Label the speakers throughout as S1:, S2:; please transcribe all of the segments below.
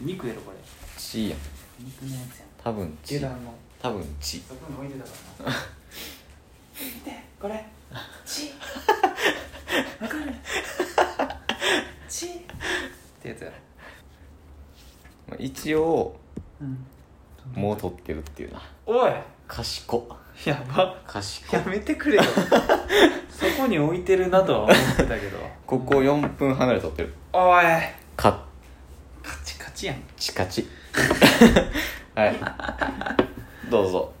S1: 肉やろこれ
S2: 血やん
S1: 肉のやつやん
S2: 多分血
S1: 牛丼の
S2: 多分血
S1: そこに置いてたからな見てこれ血わかる血ってやつやろ
S2: まあ一応
S1: うん
S2: もう取ってるっていうな
S1: おい
S2: 賢
S1: やば
S2: 賢
S1: やめてくれよ そこに置いてるなとは思ってたけど
S2: ここ4分離れ取ってる
S1: おい
S2: カッ
S1: カチカチやん
S2: チカチ はいどうぞ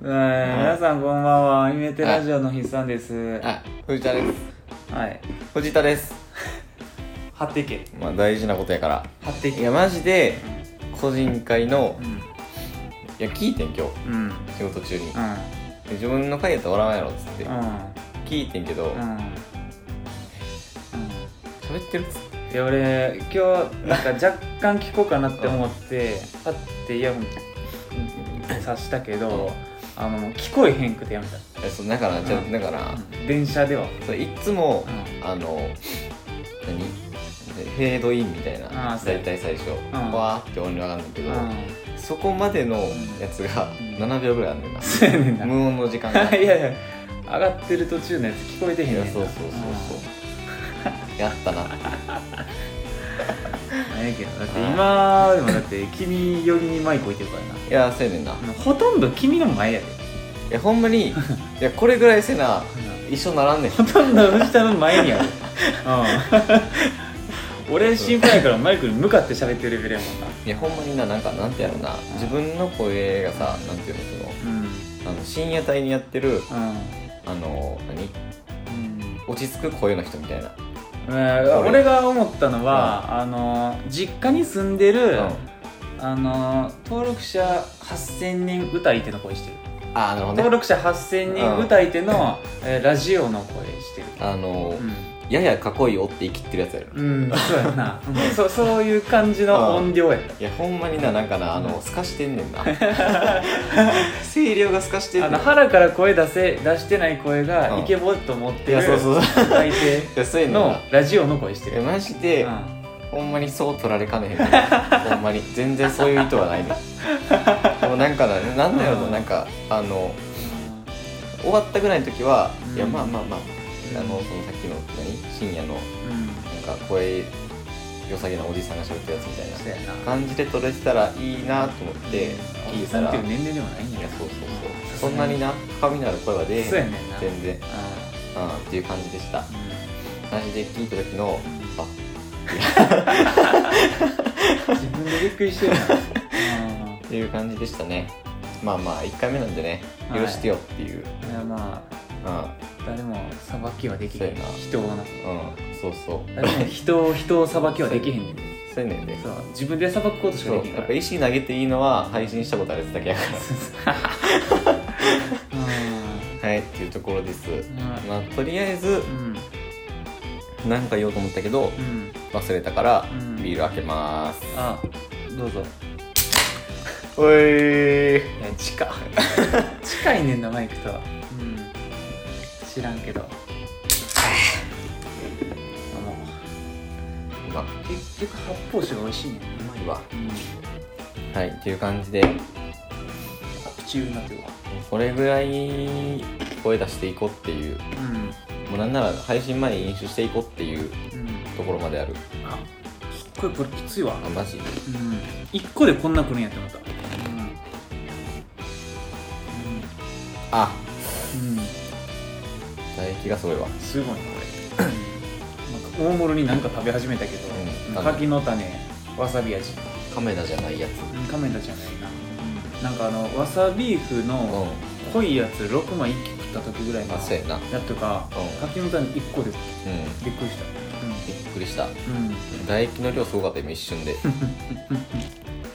S1: 皆さんこんばんはアニメテラジオの筆算ですは
S2: あ藤田です
S1: い
S2: 藤田です
S1: 貼っていけ
S2: まあ大事なことやから
S1: 貼ってい
S2: い
S1: け
S2: やマジで個人会の
S1: うん
S2: いや聞いてん今
S1: うんうん
S2: 日仕事中に
S1: うん
S2: で自分の会やったら笑わんやろっつって
S1: う
S2: 聞いてんけど
S1: んうん
S2: 喋ってるっつっ
S1: い
S2: て
S1: や俺今日なんか若干聞こうかなって思ってパッてイヤホンさしたけどあの聞こえへんくてやめた
S2: えそうだからじゃあ
S1: うん
S2: だから
S1: 電車では
S2: そういっつも
S1: う
S2: あの何フェードインみたいな
S1: あーそう
S2: 大体最初
S1: ん
S2: わーって音量上がるんだけど
S1: ん
S2: そこまでのやつが
S1: うん
S2: 7秒ぐらいあんねんな
S1: そうやね んな
S2: 無音の時間が
S1: いやいや上がってる途中のやつ聞こえてへん
S2: い
S1: ねん
S2: や
S1: な
S2: そうそうそうそうやったな
S1: うんなんやけどだって今でもだって君寄りにマイク置いてるからない
S2: やそうやねんな
S1: もうほとんど君の前やで
S2: いやほん まにいやこれぐらいせな一緒ならんねん
S1: ほとんど藤田の前にあるうん俺心配やからマイクに向かって喋ってるレベルやもんない
S2: やほんまにななんかなんてやろうな自分の声がさなんていうの
S1: うん
S2: そのあの深夜帯にやってる
S1: うん
S2: あの何落ち着く声の人みたいな
S1: うん俺が思ったのは、あの実家に住んでる、
S2: うん
S1: あの登録者8000人歌い手の声してる
S2: あーなるほど
S1: 登
S2: ね
S1: 録者8000人歌い手の、えーラジオの声してる
S2: あの
S1: う
S2: ややかっこいいおって生きってるやつや
S1: ん、
S2: ろ
S1: うん、そうやなうんそ そういう感じの音量やっ
S2: いやほんまにななんかなあの透かしてんねん な声量が透かしてん
S1: た
S2: ね
S1: あ
S2: ん
S1: の腹から声出せ出してない声が
S2: うん
S1: イケボと思っ
S2: い
S1: てる
S2: やそうそうそう
S1: 相
S2: いやそう
S1: 手
S2: やねん な
S1: のラジオの声して
S2: いや
S1: る、
S2: マジ
S1: う
S2: で、
S1: ん、
S2: ほんまにそう取られかねへんね んほんまに全然そういう意図はないねん でもなんかななんだろう
S1: う
S2: なんなんかあの終わったぐらいの時は、
S1: うん
S2: いやまあまあまああの
S1: うん
S2: そのさっきの何深夜のなんか声良さげなおじさんが喋ってるやつみたい
S1: そうやな
S2: な感じで取れてたらいいなと思って聞いたら
S1: ってい
S2: いう
S1: 年齢でもないんや
S2: やそうそ
S1: う
S2: うそうそんなにな深みのある声は出えへん
S1: そうやねんな
S2: 全然うんっていう感じでしたマジで聞いた時のあ
S1: うん自分でびっくりしてる なうん
S2: っていう感じでしたねまあまあ1回目なんでね
S1: はい
S2: 許してよってい
S1: い
S2: う、
S1: やまあ誰も裁きはできへん
S2: そうやな
S1: 人をな
S2: うんうんそうそう
S1: 誰も人を人を裁きはできへんねん
S2: そうやねんで
S1: そう自分で裁くことしか
S2: そ
S1: で
S2: う
S1: きへんか
S2: やっ
S1: ら
S2: ぱ石投げていいのは配信したことあるやつだけやか
S1: う
S2: ら はいっていうところです
S1: んうん
S2: まあとりあえず
S1: うん
S2: 何か言おうと思ったけど
S1: うん
S2: 忘れたから
S1: うん
S2: ビール開けます
S1: あどうぞ
S2: おい
S1: いや近近いねんなマイクとはうん知らんけどあもう
S2: う ま
S1: 結局発泡酒が美味しいねん
S2: うまいわ
S1: うん
S2: はいっていう感じで
S1: 口うなってるわ
S2: これぐらい声出していこうっていう
S1: うん
S2: もうなんなら配信前に飲酒していこうっていう
S1: うん
S2: ところまである
S1: あすっごいこれきついわ
S2: あマジ
S1: うん1個でこんなくるんやって思ったうん
S2: あ
S1: うん、うん、
S2: 唾液がすごいわ
S1: すごいなこ れなんか大盛りになんか食べ始めたけど、
S2: うん
S1: うん柿の種わさび味
S2: カメラじゃないやつ
S1: うんカメラじゃないな、うんなんかあのわさビーフ
S2: う
S1: の
S2: ん
S1: 濃いやつ6枚一気食った時ぐらいの
S2: あそうやなうん
S1: やつが柿の種1個でびっくりした
S2: びっくりした
S1: うん、うん、
S2: 唾液の量すごかった今一瞬 で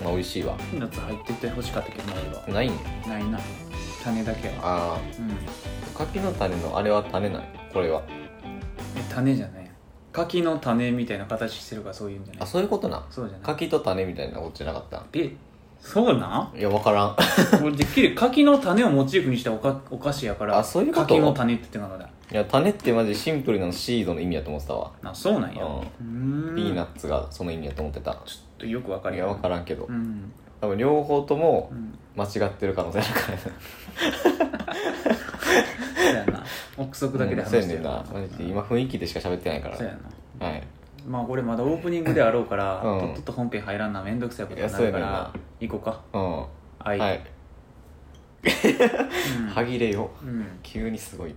S2: まあ美味しいわ
S1: ピーナッツ入ってて欲しかったけどないわ
S2: ないん
S1: ないな種だけは
S2: あ
S1: うんえ
S2: ー柿の種のあれは種ないこれは
S1: 種じゃない柿の種みたいな形してるからそういうんじゃな
S2: あ
S1: い
S2: そういうことな
S1: そうじゃない
S2: 柿と種みたいなこっちなかった
S1: えそうなん
S2: いやわからん
S1: 俺てっきり柿の種をモチーフにしたおかお菓子やから
S2: あそういうこと
S1: 柿の種って言ってなかった
S2: いや種ってマジシンプルなのシードの意味だと思ってたわ
S1: あそうなんや
S2: う
S1: う
S2: ん
S1: ん
S2: ピーナッツがその意味だと思ってた
S1: ちょっとよくわか
S2: い
S1: る
S2: や
S1: よ
S2: 分からんけど
S1: うん、
S2: 多分両方とも
S1: うん、
S2: 間違ってる可能性あるからね
S1: そうやな憶測だけで話して
S2: る
S1: る
S2: なマジで今雰囲気でしか喋ってないから
S1: そうやな
S2: はい
S1: まあこれまだオープニングであろうから、
S2: うん
S1: とっとと本編入らんなめんどくさいことになるか
S2: いやそうやねんな
S1: ら行こうか
S2: うん
S1: は、
S2: はいい
S1: うん
S2: 歯切れよ
S1: うん
S2: 急にす ごい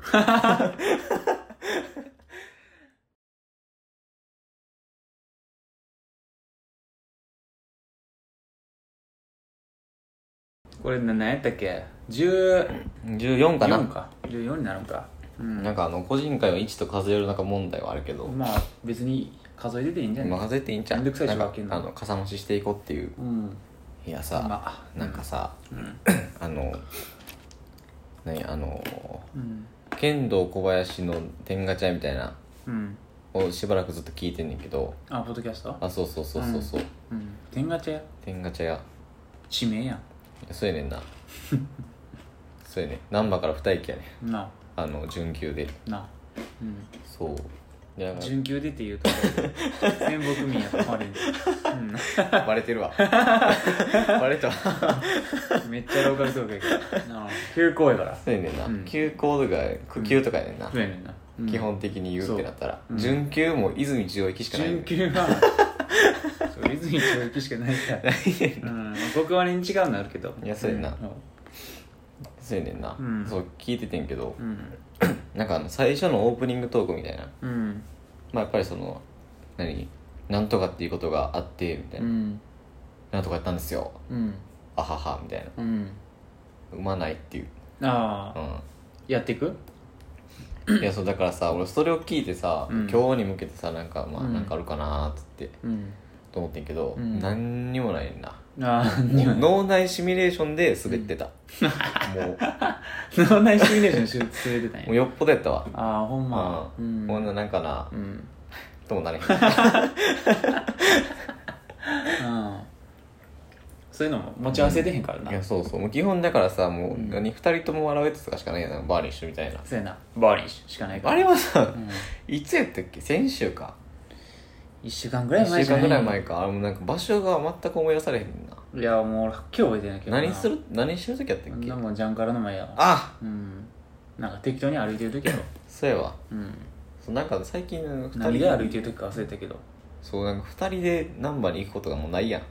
S1: これな何やったっけ14
S2: 14かな
S1: か14になるんかうん
S2: なんかあの個人会は1と数える中問題はあるけど
S1: まあ別に数えてていいんじゃない、
S2: 任せていいんちゃう
S1: めんどくさいし
S2: なんか
S1: 分けんの
S2: あのかさ増ししていこうっていう
S1: うん
S2: いやさ、
S1: まあ
S2: なんかさ、 あの何あの
S1: うん
S2: 剣道小林の天ガチャみたいな
S1: うん
S2: をしばらくずっと聞いてんねんけど
S1: あポッドキャスト
S2: あそうそうそうそうそう、
S1: うん天ガチャや
S2: 天ガチャや
S1: 地名や
S2: そうやね んなそうやね難波から二駅やね
S1: んな
S2: あの準急で
S1: あなあうん
S2: そうでなん
S1: 準急出て言うと 全国民やと思われる、
S2: かバレてる わバレたわ
S1: うん、 めっちゃローカルトークやけどなあ急行やから
S2: そうやねんな、
S1: うん
S2: 急行とか苦急とかやねんな、
S1: そうやねんな、うん
S2: 基本的に言うってなったら、
S1: そううん
S2: 準急も泉中央行きしかない
S1: 準急 はそうリズムに衝撃しかないからうん僕はに違うなるけど
S2: いやそうやな
S1: うん
S2: そうやねんな、
S1: うん
S2: そう聞いててんけど、
S1: うん
S2: なんかあの最初のオープニングトークみたいな
S1: うん
S2: まあやっぱりその何なんとかっていうことがあってみたいうな、
S1: ん
S2: なんとかやったんですよ
S1: うん
S2: あははみたいな
S1: うん
S2: 産まないっていう、
S1: ああ
S2: う
S1: やっていく
S2: ん、いやそうだからさ俺それを聞いてさ、
S1: うん
S2: 今日に向けてさなんかまあ
S1: うん
S2: なんかあるかなーっつって、
S1: うん
S2: と思ってんけど、
S1: うん
S2: 何にもないねんな
S1: ああ
S2: もう脳内シミュレーションで滑ってた、もう
S1: 脳内シミュレーション手術連れてたん
S2: もう
S1: や
S2: よっぽどやったわ
S1: ああほん ま
S2: う
S1: うんん
S2: こんななんかな、
S1: うん
S2: とも なれへん
S1: うんそういうのも持ち合わせてへんからない
S2: やそうそうもう基本だからさもう
S1: うん
S2: 何2人とも笑うやつとかしかないやなバーニッシュみたいな
S1: そうやなバーリッシュしかないから
S2: あれはさ
S1: うん
S2: いつやったっけ先週か
S1: 一週間ぐらい
S2: 1
S1: 前
S2: 週
S1: じゃな
S2: 間ぐらい前かあれもなんか場所が全く思い出されへんねんない
S1: やもう俺はっきり覚えてないけどな
S2: 何する何してる時やった
S1: こ
S2: っ
S1: ん
S2: け
S1: なもんジャンカラの前やわ
S2: あ
S1: うんなんか適当に歩いてる時やろ
S2: そうやわ
S1: うん
S2: そうなんか最近2人
S1: 何で歩いてる時か忘れたけど
S2: そうなんか2人で難波に行くことがもうないやん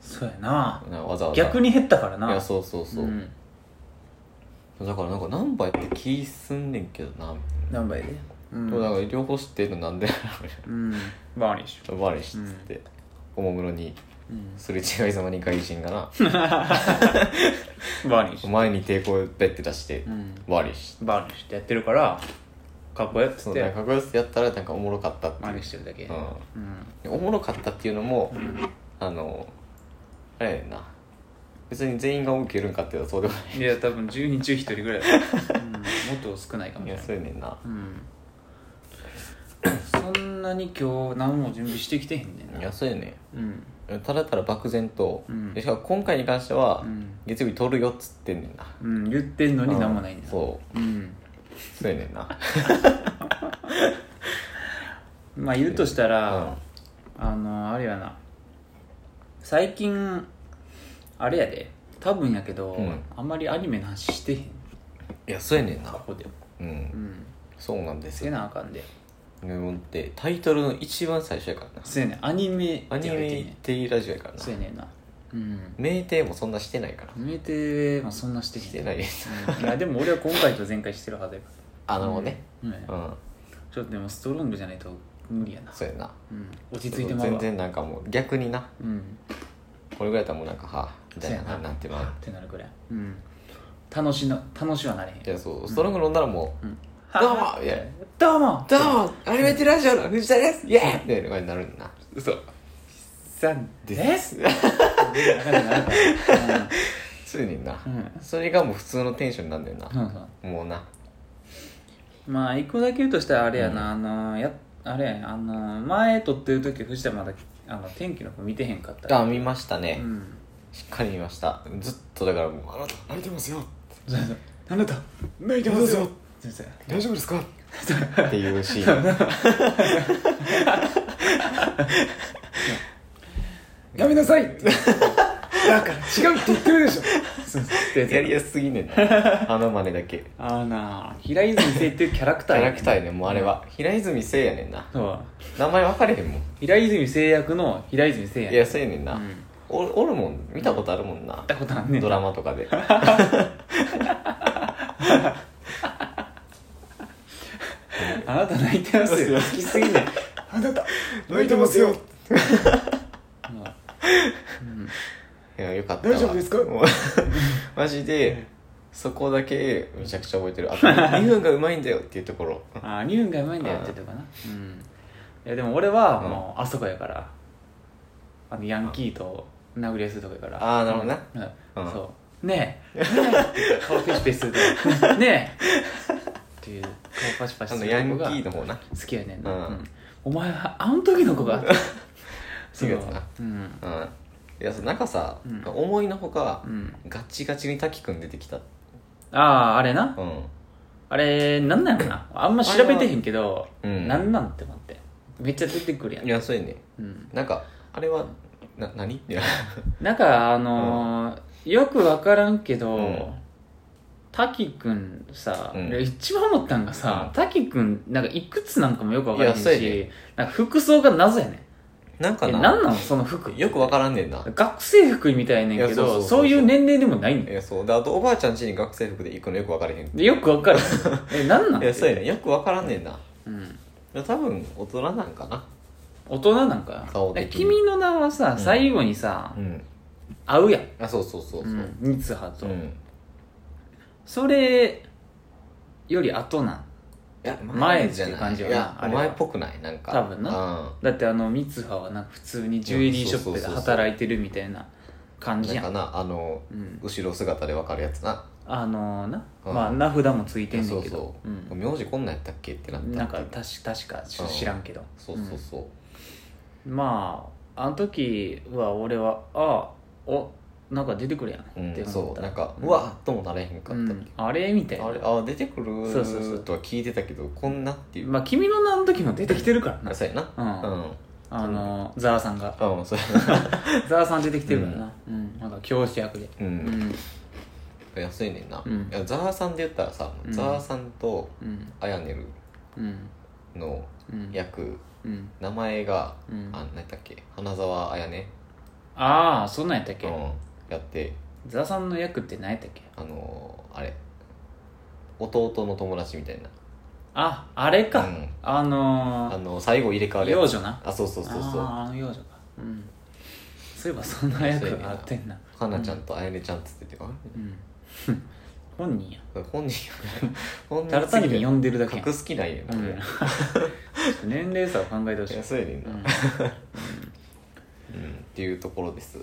S1: そうやな
S2: なんかわざわざ
S1: 逆に減ったからない
S2: やそうそうそう、
S1: ん
S2: だからなんか難波やって気すんねんけどな、
S1: 何倍でうん
S2: そうだから両方知ってるのなんで
S1: うんバーリッシュ
S2: バーニッシュっつって、おもむろに
S1: うん
S2: すれ違いざまに外人がな
S1: バーリッシュ
S2: 前に抵抗をベッて出して、
S1: うん
S2: バーニッシュ
S1: バーニッシュってやってるからかっこよく
S2: そ
S1: つっ
S2: うなん
S1: て
S2: かかっこよくやったらなんかおもろかったってい
S1: 真
S2: う
S1: 似してるだけうん
S2: うん、おもろかったっていうのも、
S1: ん
S2: あのあれやねんな別に全員が受けるんかっていうとそうでもない
S1: いや多分10人中1人ぐらいだと思ううんもっと少ないかも
S2: い
S1: しれな
S2: や
S1: い
S2: そうやねんな
S1: うんそんなに今日何も準備してきてへんねんない
S2: やそうやね
S1: うん
S2: んただただ漠然と、
S1: うん
S2: でしかも今回に関しては、
S1: うん
S2: 月曜日撮るよっつってんねんな
S1: うん言ってんのに何もないねんな
S2: そ
S1: うん
S2: うそうやねんな
S1: まあ言うとした
S2: う
S1: ら
S2: ん、
S1: あのあれやな最近あれやで多分やけど、
S2: うん
S1: あんまりアニメの話してへん
S2: いやそうやねんな
S1: ここで
S2: うん、
S1: うん
S2: そうなんです
S1: せ
S2: よ
S1: なあかんで
S2: でもってタイトルの一番最初やからな
S1: せやねんアニメって
S2: アニ
S1: 入ってん
S2: メっ
S1: ねん
S2: ていいラジオやからな
S1: せやねんなうん
S2: 名定もそんなしてないから
S1: アニメって、まあ、そんなしてへん
S2: してないです
S1: うんいやでも俺は今回と前回してるはずや か
S2: あのね
S1: ら、うん
S2: うん、
S1: ちょっとでもストロングじゃないと無理やな、
S2: そうやな
S1: うん、落ち着いてまう
S2: 全
S1: わ
S2: 然なんかもう逆にな
S1: うん
S2: これぐらいだったらもうなんかはあみたいな
S1: そうや
S2: な
S1: な
S2: ってまう
S1: ってなるぐらい、うん、楽しの楽しはなれへん
S2: いやそうストロング飲んだらもう
S1: うん
S2: 「どうも!」みたいな
S1: どうも
S2: 「どうもアニメテラジオの藤田ですイエーイ!」みたいな感じになるんだな
S1: 嘘さん
S2: です
S1: う
S2: ついにな、
S1: ん
S2: それがもう普通のテンションになんだよな、
S1: そうそう
S2: もうな
S1: まあ一個だけ言うとしたらあれやな、あのやあれあの前撮ってる時藤田まだあの天気の子見てへんかった
S2: あ見ました
S1: う
S2: ね、
S1: ん
S2: しっかり見ましたずっとだからもう「あなた泣いてますよ
S1: そうそうあなた泣いてますよみたいな
S2: 大丈夫です かっていうシーン
S1: やめなさいって
S3: なんか違うって言ってるでしょ
S2: やりやすすぎんね んなあの真似だけ
S1: あーなー平泉聖っていうキャラク
S2: キ
S1: ター
S2: ャ
S1: やね
S2: ラクターやねんもうあれは平泉聖やねんな
S1: そう
S2: 名前分かれへんもん
S1: 平泉聖役の平泉聖や
S2: い
S1: ね
S2: やそうやねんな、
S1: うん
S2: おおるもん見たことあるもんな
S1: 見たことあんねん
S2: ドラマとかで
S1: あなた泣いてますよ
S2: 好きすぎない
S3: あなた泣いてますよ
S1: うん
S2: いやよかった
S3: 大丈夫ですか
S2: もう マジでそこだけめちゃくちゃ覚えてるあと2分がうまいんだよっていうところ
S1: ああ2分がうまいんだよってとかなうんいやでも俺はもうあそこやからあのヤンキーと殴り合いするとこやから
S2: あーなるほどな
S1: うん
S2: うん
S1: そうねえねえ って顔ペシペシするとこねえっていう顔パシパシ
S2: あ
S1: す
S2: の
S1: る
S2: ヤン
S1: とこ
S2: キ
S1: が
S2: ーの方な
S1: 好きやねんな、
S2: うん
S1: うんお前はあの時の子 が
S2: そうやつな
S1: うん
S2: うんいやそうなんかさ、
S1: うん
S2: 思いのほか
S1: うん
S2: ガチガチに滝くん出てきた
S1: あああれな
S2: うん
S1: あれなんなんやろなあんま調べてへんけど、
S2: うん
S1: なんなんって思ってめっちゃ出てくるやん
S2: いやそうやね
S1: うん、
S2: なんかあれはな何いや
S1: なんかあのーよく分からんけど、
S2: うん
S1: 滝くんさ、
S2: うん
S1: 一番思ったんがさ、
S2: うん
S1: 滝くんなんかいくつなんかもよく分からん
S2: い
S1: し
S2: やそうやね
S1: なんか服装が謎やねん
S2: なんか
S1: え
S2: な
S1: なんなのその服
S2: よくわからんねんな
S1: 学生服みたいねん
S2: い
S1: け
S2: やそうそう
S1: ど
S2: そう
S1: そういう年齢でもないねん
S2: いやそうであとおばあちゃん家に学生服で行くのよくわからへん
S1: でよく分かるえなんなん
S2: いやそうやねよくわからんねんな、
S1: うん
S2: いや多分大人なんかな
S1: 大人なんか
S2: 顔的
S1: え
S2: に
S1: 君の名はさ、
S2: ん
S1: 最後にさ、
S2: ん
S1: 会うやん
S2: あそうそうそうそうう、うん
S1: んニツハと、それより後なん
S2: いや
S1: 前っていう感じ
S2: い
S1: よな
S2: や
S1: あれは
S2: 前っぽくないなんか
S1: 多分
S2: な
S1: だってあのミツハはなんか普通にジュエリーショップで働いてるみたいな感
S2: うん
S1: じ
S2: なん
S1: や
S2: か
S1: ん
S2: なあの、
S1: うん
S2: 後ろ姿でわかるやつな
S1: あのーな、
S2: うん
S1: まあ名札もついてんね
S2: そ
S1: ん
S2: う
S1: けど
S2: そう、名字こんなんやったっけってなっ
S1: うん、
S2: た
S1: なんかたし確かし知らんけど
S2: そうそうそう、
S1: うんまああの時は俺はああおなんか出てくるやん
S2: うん
S1: って思
S2: そ
S1: っ
S2: う
S1: た
S2: なんか、うわっともなれへんか
S1: う
S2: ったっ
S1: んあれみた
S2: け、
S1: いな
S2: あれあ出てくる
S1: そうそうそう
S2: とは聞いてたけどこんなっていう、
S1: まあ君の名の時も出てきてるからな
S2: あそうやな
S1: うん
S2: うん
S1: あのーザワさんが
S2: うんそうやな
S1: ザワさん出てきてるからな、うんなんか教師役で
S2: う
S1: うんん
S2: 安いねんな、
S1: うん
S2: いやザーさんで言ったらさ、
S1: うん
S2: ザーさんと
S1: うん
S2: アヤネル
S1: うん
S2: の
S1: うん
S2: 役
S1: うん
S2: 名前が、
S1: うん
S2: あ何だっけ花沢彩音、
S1: ああそんなんやったっけ、
S2: うん、やって
S1: ザワさんの役って何やったっけ
S2: あのーあれ弟の友達みたいな
S1: ああれか、
S2: うん
S1: あの
S2: あ
S1: ー、
S2: の最後入れ替わる
S1: 幼
S2: やつ
S1: 女な
S2: あそうそうそ
S1: あ
S2: うそう
S1: ーあの幼女かうんそういえばそんな役
S2: そうやねんな
S1: があってんな
S2: かなちゃんと彩音ちゃんっつってて、あ
S1: うん 本人や
S2: れ本人 本
S1: ただ単に呼ん
S2: で
S1: でるだけやん、
S2: 隠す気ないよな、
S1: うん ちょっと年齢差を考えてほしい
S2: 安いねんな、
S1: う
S2: うんんっていうところです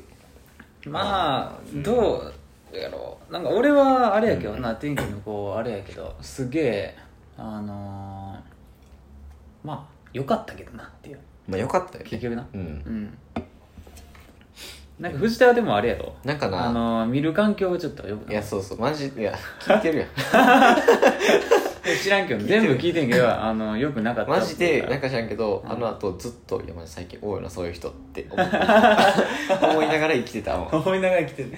S1: まあどうやろうなんか俺はあれやけどな、天気の子あれやけどすげえあのー、まあ良かったけどなっていう
S2: まあよかったよね
S1: 結局な
S2: うん
S1: うんなんか藤田はでもあれやろ
S2: なんかな
S1: あのー、見る環境がちょっとよく
S2: い
S1: な
S2: や
S1: い
S2: そうそうマジいや聞いてるやん
S1: 知らんけど全部聞いてんけど あのよくなかった
S2: マジでなん
S1: か
S2: か知らんけど、
S1: うん
S2: あの後ずっといやマジ最近多いよなそういう人って思って 思いながら生きてたもん
S1: 思いながら来てる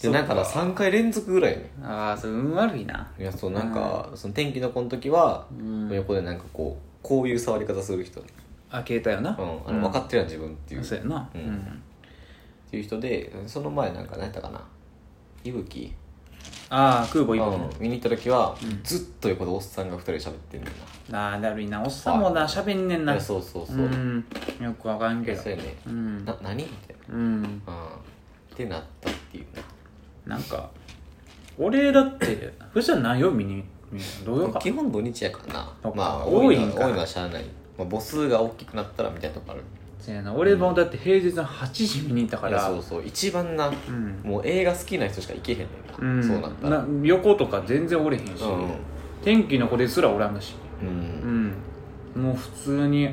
S2: でなんかな3回連続ぐらいやね
S1: ああそれ運悪いない
S2: やそうなんか、その天気の子の時は、
S1: ん
S2: 横でなんかこうこういう触り方する人、うん、
S1: あ携帯よな
S2: あの分かってるやん自分っていう、
S1: そう
S2: っ
S1: やな
S2: うん
S1: うん
S2: ていう人でその前なんか何やったかな伊吹
S1: ああ空母一本
S2: うん見に行った時は、
S1: うん
S2: ずっと横でおっさんが2人で喋ってんねんな
S1: なあだるいなおっさんもなしゃべんねん
S2: い
S1: な
S2: やそうそうそう、
S1: うんよくわかん
S2: い
S1: け
S2: や
S1: ど
S2: そうやね
S1: うん
S2: な何みたいな
S1: うん
S2: ああってなったっていうな
S1: なんか俺だって藤田何曜日に見るの土曜か
S2: 基本土日やか
S1: そ
S2: らな
S1: っか
S2: まあ
S1: 多
S2: 多
S1: い
S2: い
S1: ん
S2: の
S1: か
S2: は多いのはしゃあない、まあ、母数が大きくなったらみたいなとこある
S1: そうやな俺もだって平日の8時見に行ったか
S2: いや
S1: ら
S2: そうそう一番な
S1: うん
S2: もう映画好きな人しか行けへんね
S1: うん
S2: な、
S1: ん
S2: そうなったら
S1: 横とか全然おれへんし、
S2: うん
S1: 天気の子ですらおらんし
S2: う
S1: うんんもう普通に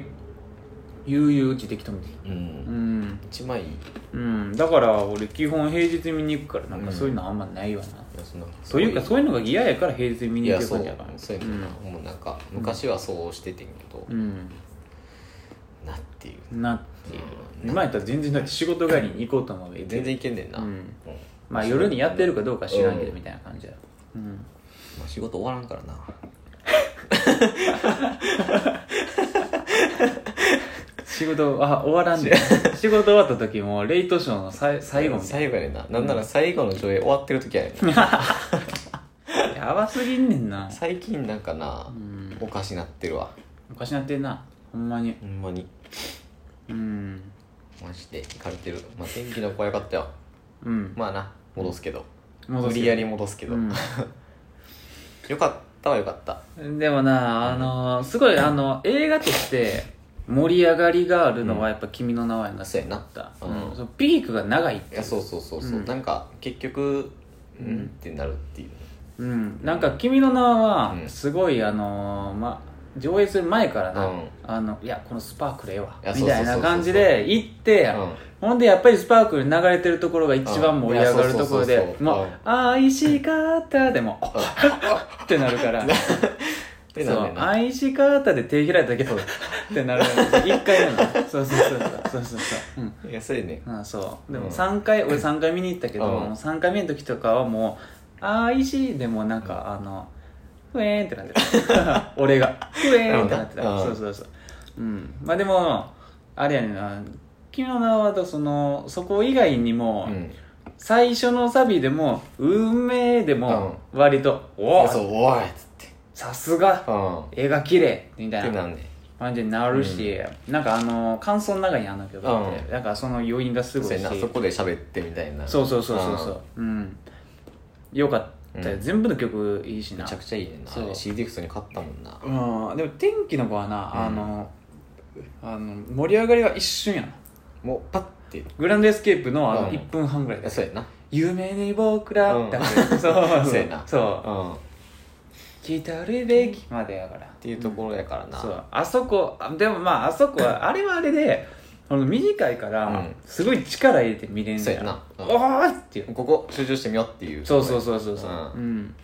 S1: 悠々打ちできとみて
S2: うん、
S1: うん、
S2: 一枚いい
S1: うん、だから俺基本平日見に行くからなんか
S2: うん
S1: そういうのあんまないわな
S2: やそんな
S1: というかそういうのが嫌やから平日に見
S2: い
S1: に行
S2: や
S1: けば
S2: そ
S1: いいう
S2: そ
S1: ん
S2: う
S1: じゃな
S2: や
S1: い
S2: けどな、もうなんか昔はそうしててんけど、
S1: うん、
S2: なっていう
S1: うん、な
S2: っていう
S1: 今やったら全然だって仕事帰りに行こうと思うけど
S2: 全然いけんねんな、
S1: う
S2: うんん
S1: まあ夜にやってるかどうか知らんけど
S2: うん
S1: みたいな感じやうん
S2: まあ、仕事終わらんからな
S1: 仕事あ終わらんで仕事終わった時もレイトショーのさい最後みたい
S2: 最後やねんななんなら最後の上映終わってる時やね んな
S1: なやばすぎんねんな
S2: 最近なんかな、
S1: ん
S2: おかしなってるわ
S1: おかしなってんなほんまに
S2: ほんまに
S1: うん
S2: マジでいかれてるまあ天気の子はよかったよ
S1: うん
S2: まあな戻すけど
S1: 戻すけど
S2: 無理やり戻すけど、よかったはよかった
S1: うんでもなあのーすごいあの映画として盛り上がりがあるのはやっぱ「君の名は」がそうだった、
S2: そうやな
S1: うんそのピークが長いって
S2: いやそうそうそうそう、
S1: うん
S2: なんか結局
S1: う
S2: うんんってなるっていう
S1: うん、なんか「君の名は
S2: う」ん
S1: すごい、あのーま、上映する前からな、
S2: うん
S1: あのいやこのスパークルええわ
S2: いや
S1: みたいな
S2: そうそうそうそう
S1: 感じで行って、
S2: うん
S1: ほんでやっぱりスパークル流れてるところが一番盛り上がるところ
S2: うんいやそ
S1: で「
S2: うそうそうそう
S1: もう
S2: う
S1: ん愛しかった」で も「あ っ」ってなるから。
S2: で
S1: そ
S2: なん
S1: う
S2: で、な
S1: 愛し方で手開いただけど、 ってなる。一回なの。そうそうそうそう。そうそうそう。うん。
S2: いやそうやね
S1: まあそう。で
S2: う
S1: も
S2: ん
S1: 3回、俺3回見に行ったけど、
S2: うん
S1: もう3回目の時とかはもう、愛しでもなんか、あの、ふえーんってなってた。 俺が。ふえーんってなってた。
S2: うん
S1: そうそうそう。うん。まあでも、あれやねんな。昨日のとその、そこ以外にも、
S2: うん
S1: 最初のサビでも、運命でも、割と、
S2: い
S1: お
S2: や
S1: お
S2: そうおいっつって
S1: さすが
S2: うんっ
S1: 絵が綺麗みたい
S2: て
S1: な。
S2: なんで
S1: 感じになるし、なんかあの感想の中にあの曲があって、、
S2: うん
S1: なんかその余韻がす
S2: そう
S1: ごい
S2: や
S1: し
S2: なそこで喋ってみたいな
S1: そうそうそうそうそううんよかったよ、
S2: うん
S1: 全部の曲いいし
S2: んめ
S1: な
S2: ちゃくちゃいいねんな
S1: そう
S2: あれ CD 普通に買ったもんな
S1: うんでも天気の子はな、
S2: うん
S1: あのあの盛り上がりは一瞬やな
S2: もうパッてい
S1: グランドエスケープのあ
S2: う
S1: の
S2: ん
S1: 1分半ぐらいで
S2: や
S1: す、
S2: そうやな
S1: 夢に僕らって、
S2: うん
S1: そう
S2: そうやな
S1: そう
S2: うんっ
S1: 来るべきまでやから
S2: ていうところやからな
S1: そうあそこあでもまああそこ はあれはあれであの短いか
S2: う
S1: ら
S2: ん
S1: すごい力入れて見れんね
S2: そう
S1: や
S2: やなうん
S1: おーっていう
S2: ここ集中してみようっていう
S1: そうそうそうそうそう
S2: うん
S1: うん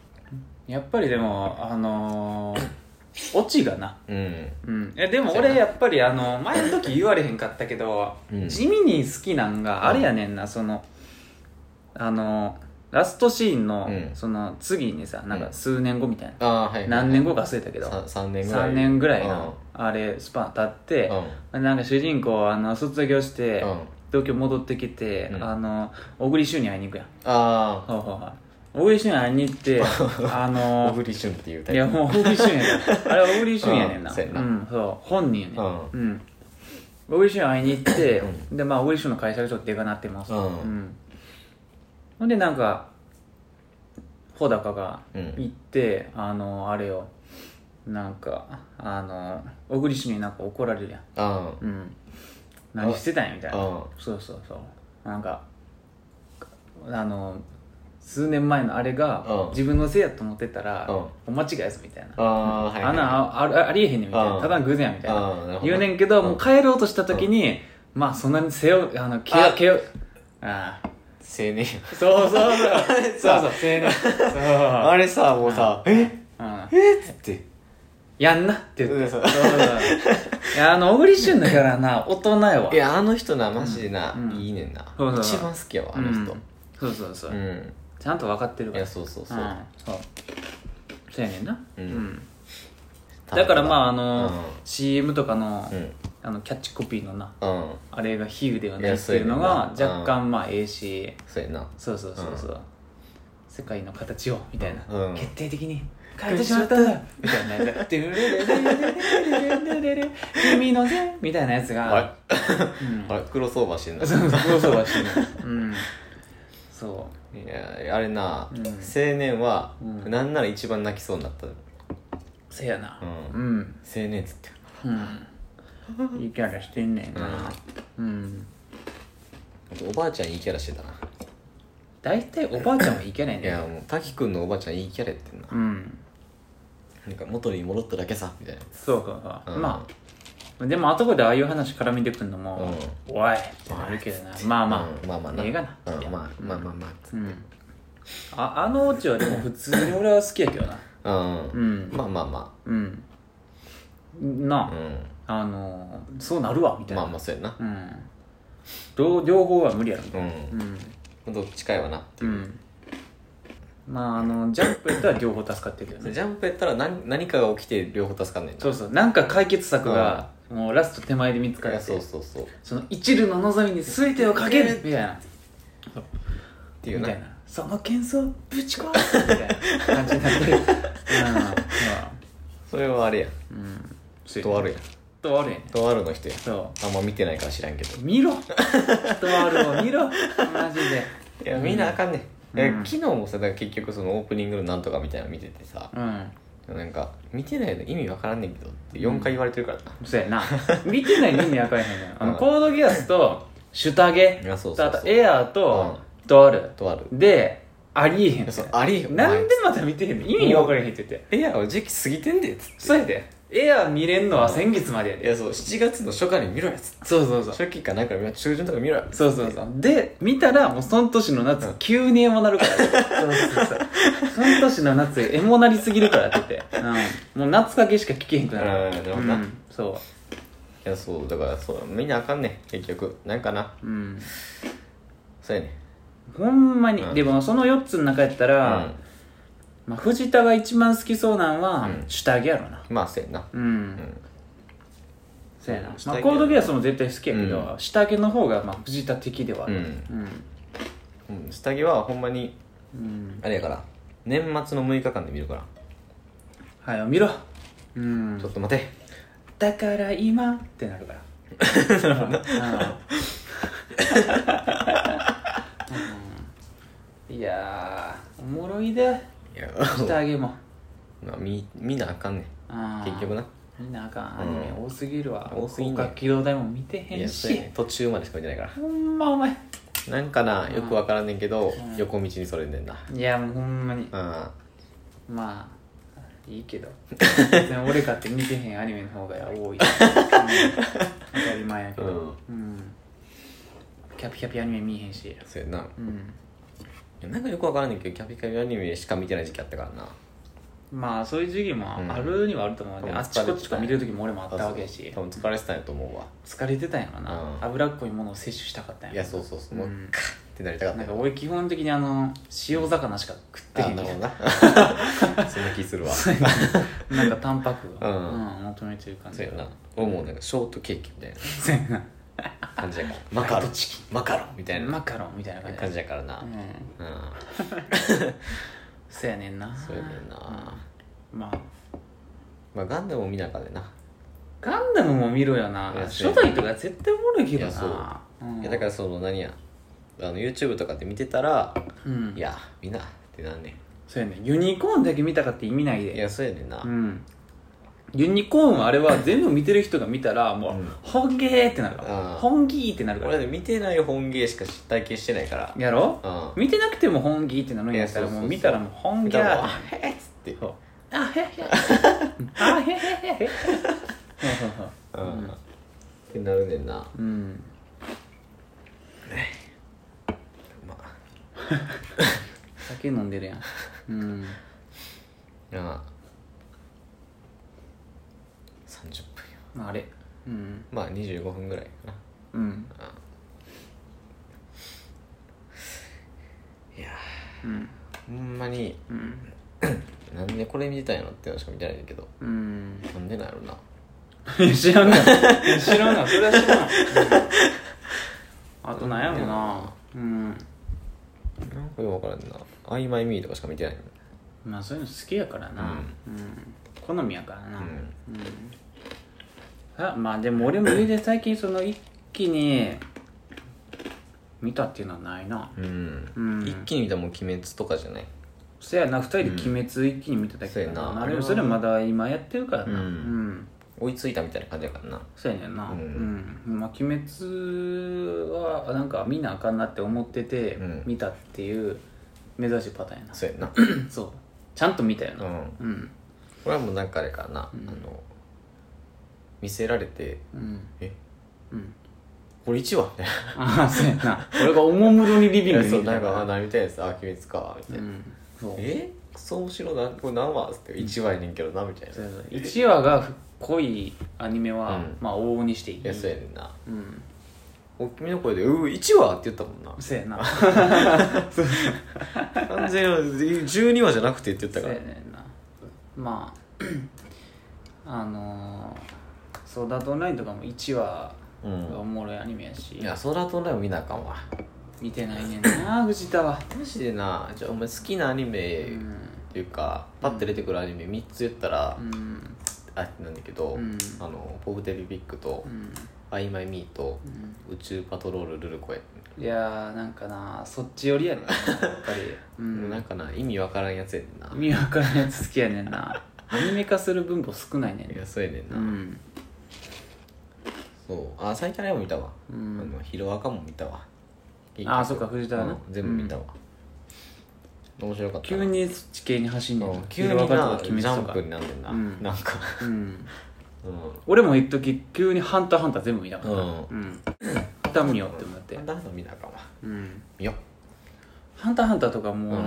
S1: やっぱりでもあのー、 オチがな
S2: うん
S1: うん、えでも
S2: そうや
S1: 俺
S2: な
S1: やっぱりあの前の時言われへんかったけど、
S2: うん
S1: 地味に好きなんがあれやねんなそのあのラストシーンの、
S2: うん
S1: その次にさなんか
S2: うん
S1: 数年後みたいな、
S2: ああはいはい
S1: 何年後か忘れたけど、
S2: さ三年ぐらい
S1: 3年ぐらい
S2: うん
S1: のあれスパン経って
S2: うん
S1: なんか主人公あの卒業して
S2: うん
S1: 東京戻ってきて
S2: うん
S1: あの小栗旬に会いに行くやん
S2: あ
S1: ほうほうほう小栗旬に会いに行って あ
S2: あ小
S1: の
S2: 栗旬っていうタ
S1: い
S2: イ
S1: や
S2: プ
S1: もう小栗旬 やからあれ小栗旬やねんな
S2: うんそうやな
S1: うんそう本人やね
S2: うん
S1: うん小栗旬に会いに行ってでまあ小栗旬の会社がちょっとでかなってます
S2: う
S1: うんんほんでなんか穂高が
S2: うん
S1: 行ってあのあれよなんかあの小栗旬になんか怒られるやん
S2: うん
S1: うん何してたんやみたいな
S2: うん
S1: そうそうそうなんかあの数年前のあれが
S2: うん
S1: 自分のせいやと思ってたら
S2: うん
S1: お間違いですみたいな
S2: ああーはいはい
S1: あんなんああありえへんねんみたいな
S2: うん
S1: ただの偶然やみたい
S2: うんなる
S1: な
S2: ほど
S1: 言うねんけど
S2: うん
S1: もう帰ろうとした時にまあそんなに背負あのけ
S2: あ
S1: けああ
S2: 青年
S1: そうそうそうそうそう青年
S2: あ
S1: そ
S2: れさもうさえ
S1: ううん
S2: えっつって
S1: やんなって言って
S2: そう
S1: そうそういやあの小栗旬だからな大人やわ
S2: いやあの人なマジでな
S1: うん
S2: いいねんな
S1: そうそう
S2: 一番好きやわあの人
S1: うんそうそうそう、
S2: うん
S1: ちゃんと分かってる
S2: い
S1: から
S2: やそうそうそ
S1: そううんそうそうやねんな、
S2: うん
S1: だからまああの、
S2: うん
S1: CM とかの,、
S2: うん
S1: あのキャッチコピーのな
S2: うん
S1: あれが比喩ではないい
S2: や
S1: っていうのが
S2: そうやねんな
S1: 若干まあええし
S2: そうやな
S1: そうそうそうそう、世界の形をみたいな、
S2: うん
S1: 決定的に変えてしまったんだみたいなやつ「ドゥルルルルルルルルルル君のぜ」みたいなやつ
S2: あ
S1: が、
S2: れ
S1: うん、
S2: あれクロスオーバ ーしてんな
S1: そうそうそうはしてるうんそう
S2: いやあれな、
S1: うん
S2: 青年は、
S1: うん
S2: なんなら一番泣きそうになった、
S1: せやな
S2: う
S1: うん
S2: 青年っつって
S1: うんいいキャラしてんねんなうん
S2: おばあちゃんいいキャラしてたな、
S1: 大体おばあちゃんはいいキャラや
S2: いや
S1: ね
S2: もう滝くんのおばあちゃんいいキャラやってんな
S1: うん
S2: なんか元に戻っただけさみたいな
S1: そうかそう
S2: うん
S1: まあでも後でああいう話絡みでくんのも「おい!」ってなるけどなまあま
S2: うんまあま
S1: あ
S2: あな
S1: ええがな
S2: うんまあまあまあまあ、
S1: うんああのオチはでも普通に俺は好きやけどな
S2: うん
S1: う、ん
S2: まあまあま
S1: うんな
S2: あ、う
S1: あ、あのそうなるわみたい
S2: ん、ま
S1: な、
S2: あまあそうやな
S1: うん両両方は無理やろ
S2: う
S1: うん
S2: んどっちかやわなって
S1: う
S2: いう、
S1: んまああのジャンプやったら両方助かってるけどね
S2: ジャンプやったら何何かが起きて両方助かんねんな
S1: そうそうなんか解決策がもうラスト手前で見つかっ
S2: いや
S1: て
S2: そうそうそうっ
S1: その一縷の望みに全てをかけるみたいな
S2: ていう
S1: み
S2: な
S1: たいなその喧騒をぶち壊すみたいな感じになってる
S2: それはあれや
S1: うんうんうん
S2: とあるや
S1: とあるやね
S2: とあるの人や
S1: そ
S2: あんま見てないから知らんけど
S1: う見ろとあるを見ろマジで
S2: いや見なあかんねん、いや
S1: うん
S2: 昨日もさだから結局そのオープニングのなんとかみたいなの見ててさ、
S1: うん
S2: なんか見てないの意味わからんねんけどって4回言われてるからな、
S1: そうやな見てないの意味わかんへんねんあの、
S2: うん
S1: コードギアスとシュタゲ
S2: いやそう
S1: と
S2: そう
S1: あ
S2: そう
S1: とエアーと、とある
S2: とある
S1: でありえへん
S2: いやそうありえへん
S1: なんでまた見てへんの意味が分からへんって言って
S2: エアーは時期過ぎてんでっつっ
S1: そうやでエアー見れんのは先月までや
S2: ていや
S1: で
S2: そう7月の初夏に見ろやつ
S1: そうそうそう
S2: 初期かなんか中旬とか見ろや
S1: そうそうそうで見たらもうその年の夏、
S2: うん
S1: 急にエモなるからそうそうそうその年の夏エモなりすぎるからって言って、うん、もう夏かけしか聞けへんく
S2: うん
S1: なる
S2: なる
S1: う
S2: ほどな、い
S1: んそ
S2: やそうだからそう見なあかんねん結局なんかな
S1: ううん
S2: そうやね
S1: ほんまに、
S2: うん
S1: でもその4つの中やったら、まあ、藤田が一番好きそうなんは、
S2: うん
S1: シュタゲやろな
S2: うんまあそうやな
S1: うん、
S2: うん
S1: そうやな、
S2: シュ
S1: ま
S2: タ
S1: あ、
S2: ゲ
S1: コードギアスも絶対好きやけど、
S2: う
S1: シュタゲの方がまあ藤田的ではあ
S2: う
S1: る
S2: ん、
S1: うん、
S2: うん、下着はほんまに
S1: うん
S2: あれやから年末の6日間で見るから、
S1: はい見ろうん
S2: ちょっと待て
S1: だから今ってなるから うんうんいやーおもろいで
S2: いや
S1: 下あげも
S2: まあ見見なあかんね
S1: あ
S2: ん
S1: ー
S2: 結局な
S1: みんなあかんアニメ多すぎるわ
S2: 多すぎんね
S1: 広角機動隊も見て
S2: い
S1: へ
S2: や
S1: ん
S2: そうや
S1: し
S2: ねん途中までしか見てないから
S1: ほんまお前
S2: なんかなよくわからんねんけど、
S1: ん
S2: 横道にそれんねんない
S1: やもうほんまに
S2: うん
S1: まあいい けど別に俺かって見てへんアニメの方が多い、うん当たり前やけど、
S2: うん
S1: うんキャピキャピアニメ見えへんし
S2: そうやな
S1: うん
S2: なんかよくわからんねんけどキャピキャピアニメしか見てない時期あったからな
S1: まあそういう時期も
S2: うん
S1: あるにはあると思うんで、
S2: うん
S1: あっちこっちか見てる時も俺もあったわけやし
S2: 多分疲れてたんやと思うわ
S1: 疲れてたんやろな、
S2: うん
S1: 脂っこいものを摂取したかったん
S2: い
S1: や
S2: や
S1: ろ
S2: そうそうそう
S1: う
S2: もう、
S1: ん
S2: カッてなりたかった
S1: なんか
S2: よ
S1: 俺基本的にあの塩魚しか食ってへ
S2: あ
S1: ん
S2: な
S1: け
S2: る
S1: ど
S2: ほど なそんな気するわそ
S1: そういうのなんかタンパクを、
S2: うん
S1: うん求めてる感じ
S2: うやな俺もうなんかショートケーキみたい
S1: そうやな
S2: な 感じやからマカロン
S1: ポテトチキ
S2: マカロンみたい な
S1: マカロンみたいな感じ
S2: 感じやからな
S1: うん
S2: うん、
S1: そうやねんな
S2: そうやねんな、
S1: うんまあ
S2: まあガンダムも見なあかんでな、
S1: ガンダムも見ろよない
S2: や
S1: 初代とか絶対おもろいけど
S2: いや
S1: な
S2: そ
S1: うん
S2: いやだからその何やあの YouTube とかで見てたら、
S1: うん
S2: いや見なってなんね
S1: そうやねんユニコーンだけ見たかって意味ないで
S2: んいやそうやねんな、
S1: うんユニコーンはあれは全部見てる人が見たらもう
S2: うん
S1: 「本芸!」ってなるか
S2: うん
S1: ら「本気!」ってなるか
S2: 俺
S1: ら
S2: で見てない本芸しか体験してないから
S1: やろ
S2: うん
S1: 見てなくても「本気!」ってなるんやったら
S2: いやそうそ
S1: も
S2: うそう
S1: う見たらもう「本
S2: 見
S1: 気!」
S2: たらもう
S1: あ
S2: あへっつって
S1: へへへあへへへへそ うそう
S2: う
S1: そうん
S2: ってなるねんな
S1: うんうん
S2: まあ
S1: 酒飲んでるやんうん
S2: まあ30分や
S1: まああれうん
S2: まあ25分ぐらいかな
S1: うん
S2: いや
S1: うん
S2: ーほんまに
S1: うん
S2: なんでこれ見てたんやろっていうのしか見てないんだけど
S1: うん
S2: なんでなんやろない
S1: や 知らんがないや知らんがなそれは知らんわうんあとなんやろなうん
S2: なんかよくわからんな曖昧ミーとかしか見てない
S1: まあそういうの好きやからな、うん好みやからな、
S2: う
S1: うん
S2: ん
S1: あまあでも俺も家で最近その一気に見たっていうのはないな
S2: うん、
S1: うん
S2: 一気に見たらもう鬼滅とかじゃない
S1: そやな二人で「鬼滅」一気に見ただけだ
S2: うんそうやな
S1: なあれもそれまだ今やってるからな
S2: うん
S1: ん
S2: 追いついたみたいな感じやからな
S1: そうやねんな
S2: う
S1: うんん、まあ、鬼滅はなんか見なあかんなって思ってて、
S2: うん
S1: 見たっていう珍しいパターンやな
S2: そうや な
S1: そうちゃんと見たよ
S2: う
S1: な、
S2: ん
S1: うん
S2: 俺はもうなんかあれかな、
S1: うん
S2: あの見せられて
S1: うん
S2: え
S1: うん
S2: これ1話みたい
S1: ああそうやな俺がおもむろにリビング
S2: な
S1: に
S2: そう
S1: 行
S2: なん
S1: った
S2: かあ何みたいですあ鬼滅かみたいうな、
S1: んそう
S2: えそう面白いなこれ何話っつって1話やねんけどなみたいな、
S1: そうやな1話が濃いアニメは、
S2: うん
S1: まあ往々にしていい
S2: いやそうやねんな
S1: うん
S2: お君の声で「うう1話」って言ったもんな
S1: そうや な
S2: 完全に12話じゃなくてって言った
S1: そう
S2: から
S1: やねんなま ああのー、そうダートオンラインとかも1話
S2: う
S1: がおもろいアニメやし、
S2: んいやソラとライブ見なあかんわ
S1: 見てないねん な藤田は
S2: マジでなじゃあお前好きなアニメ
S1: う
S2: っ
S1: ん
S2: ていうか、パッて出てくるアニメ3つ言ったら、
S1: うん
S2: あれなんだけど、
S1: うん
S2: あのポブテビビックと
S1: うん
S2: 「アイマイミー」と「宇宙パトロールルルコエ」
S1: いやーなんかなそっち寄りやねんなやっぱ り、う、
S2: もうんなんかな意味わからんやつやねんな
S1: 意味わからんやつ好きやねんなアニメ化する分母少ないねん
S2: い
S1: な
S2: やそうやねんな、
S1: うん
S2: そうあ最近あれも見たわ、
S1: う
S2: あ
S1: ん
S2: のヒロアカも見たわ
S1: あーそっか藤田はな
S2: うん全部見たわ、面白かったな
S1: 急にそっち系に走んねん
S2: そう
S1: な
S2: 急に
S1: ヒロアカと
S2: な
S1: か
S2: ジ
S1: 鬼
S2: ャ
S1: 滅
S2: ン
S1: と
S2: プ
S1: か
S2: になんねんな、
S1: うん
S2: なんか
S1: うん
S2: うん
S1: 俺も一時急に「ハンターハンター」全部見たか
S2: う
S1: ら
S2: ん
S1: うん「ハンター見よう」って思って
S2: だんだん見なあかんわ
S1: うん
S2: 見よ
S1: 「ハンターハンター」とか
S2: う
S1: もう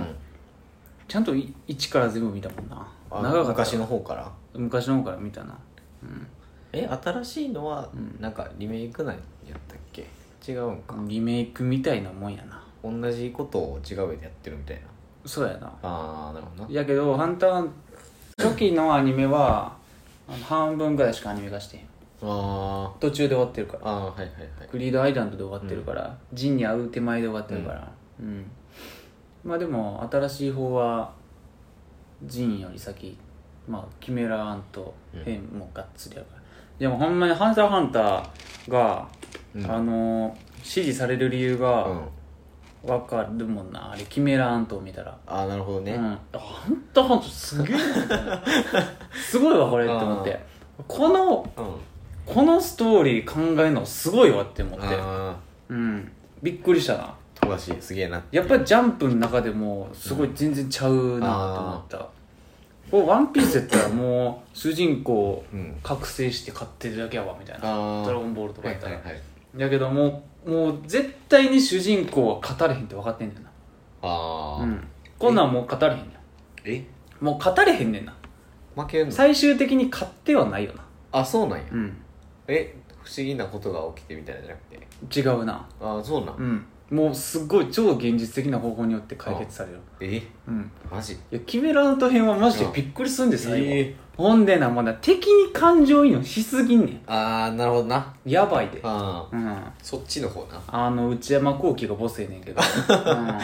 S1: ちゃんとい一から全部見たもんな
S2: あ
S1: 長かった
S2: 昔の方から
S1: 昔の方から見たな
S2: え新しいのは
S1: うん
S2: なんかリメイクなんやったっけ違うんか
S1: リメイクみたいなもんやな
S2: 同じことを違う絵でやってるみたいな
S1: そうやな
S2: ああなるほどない
S1: やけど「ハンターハン初期のアニメはあの半分ぐらいしかアニメ化してへん
S2: あ
S1: 途中で終わってるか
S2: ー
S1: ら
S2: あーはいはいはい
S1: グリードアイランドで終わってるから、ジンに会う手前で終わってるからうん、まあでも新しい方はジンより先まあキメラアンとヘンもがっつりやから、でもほんまに「ハンターハンターが」
S2: うん
S1: あのー支持される理由
S2: う
S1: が
S2: ん
S1: わかるもんな、あれキメラアントを見たら
S2: ああなるほどね
S1: うん、あハンターハンターすげえなみたいな すごいわこれって思ってこの
S2: うん
S1: このストーリー考えるのすごいわって思って
S2: あ
S1: うんびっくりしたな
S2: あ富樫すげえな
S1: やっぱりジャンプの中でもすごい全然ちゃうなって思った、これワンピースやったらもう主人公
S2: うん
S1: 覚醒して買ってるだけやわみたいな
S2: ああ
S1: ドラゴンボールとか
S2: は
S1: やっ
S2: い
S1: た
S2: は
S1: ら、
S2: いはい
S1: だけどもうもう絶対に主人公は勝たれへんって分かってんねんな
S2: ああ、
S1: うんこんなんもう勝たれへんねん
S2: え
S1: もう勝たれへんねんな
S2: 負けんの
S1: 最終的に勝ってはないよな
S2: あそうなんや、
S1: うん
S2: え不思議なことが起きてみたいなんじゃなくて
S1: 違うな
S2: ああそうなん、
S1: うんもうすっごい超現実的な方法によって解決される
S2: え
S1: うん
S2: マジ
S1: いやキメラアント編はマジでびっくりすんで最後、
S2: ええ
S1: ほんでなまだ敵に感情移入しすぎんね
S2: ああなるほどなん
S1: やばいで
S2: ああ
S1: うん
S2: そっちの方なは
S1: あの内山昂輝がボスやね んけど、うん、そう
S2: いはいはい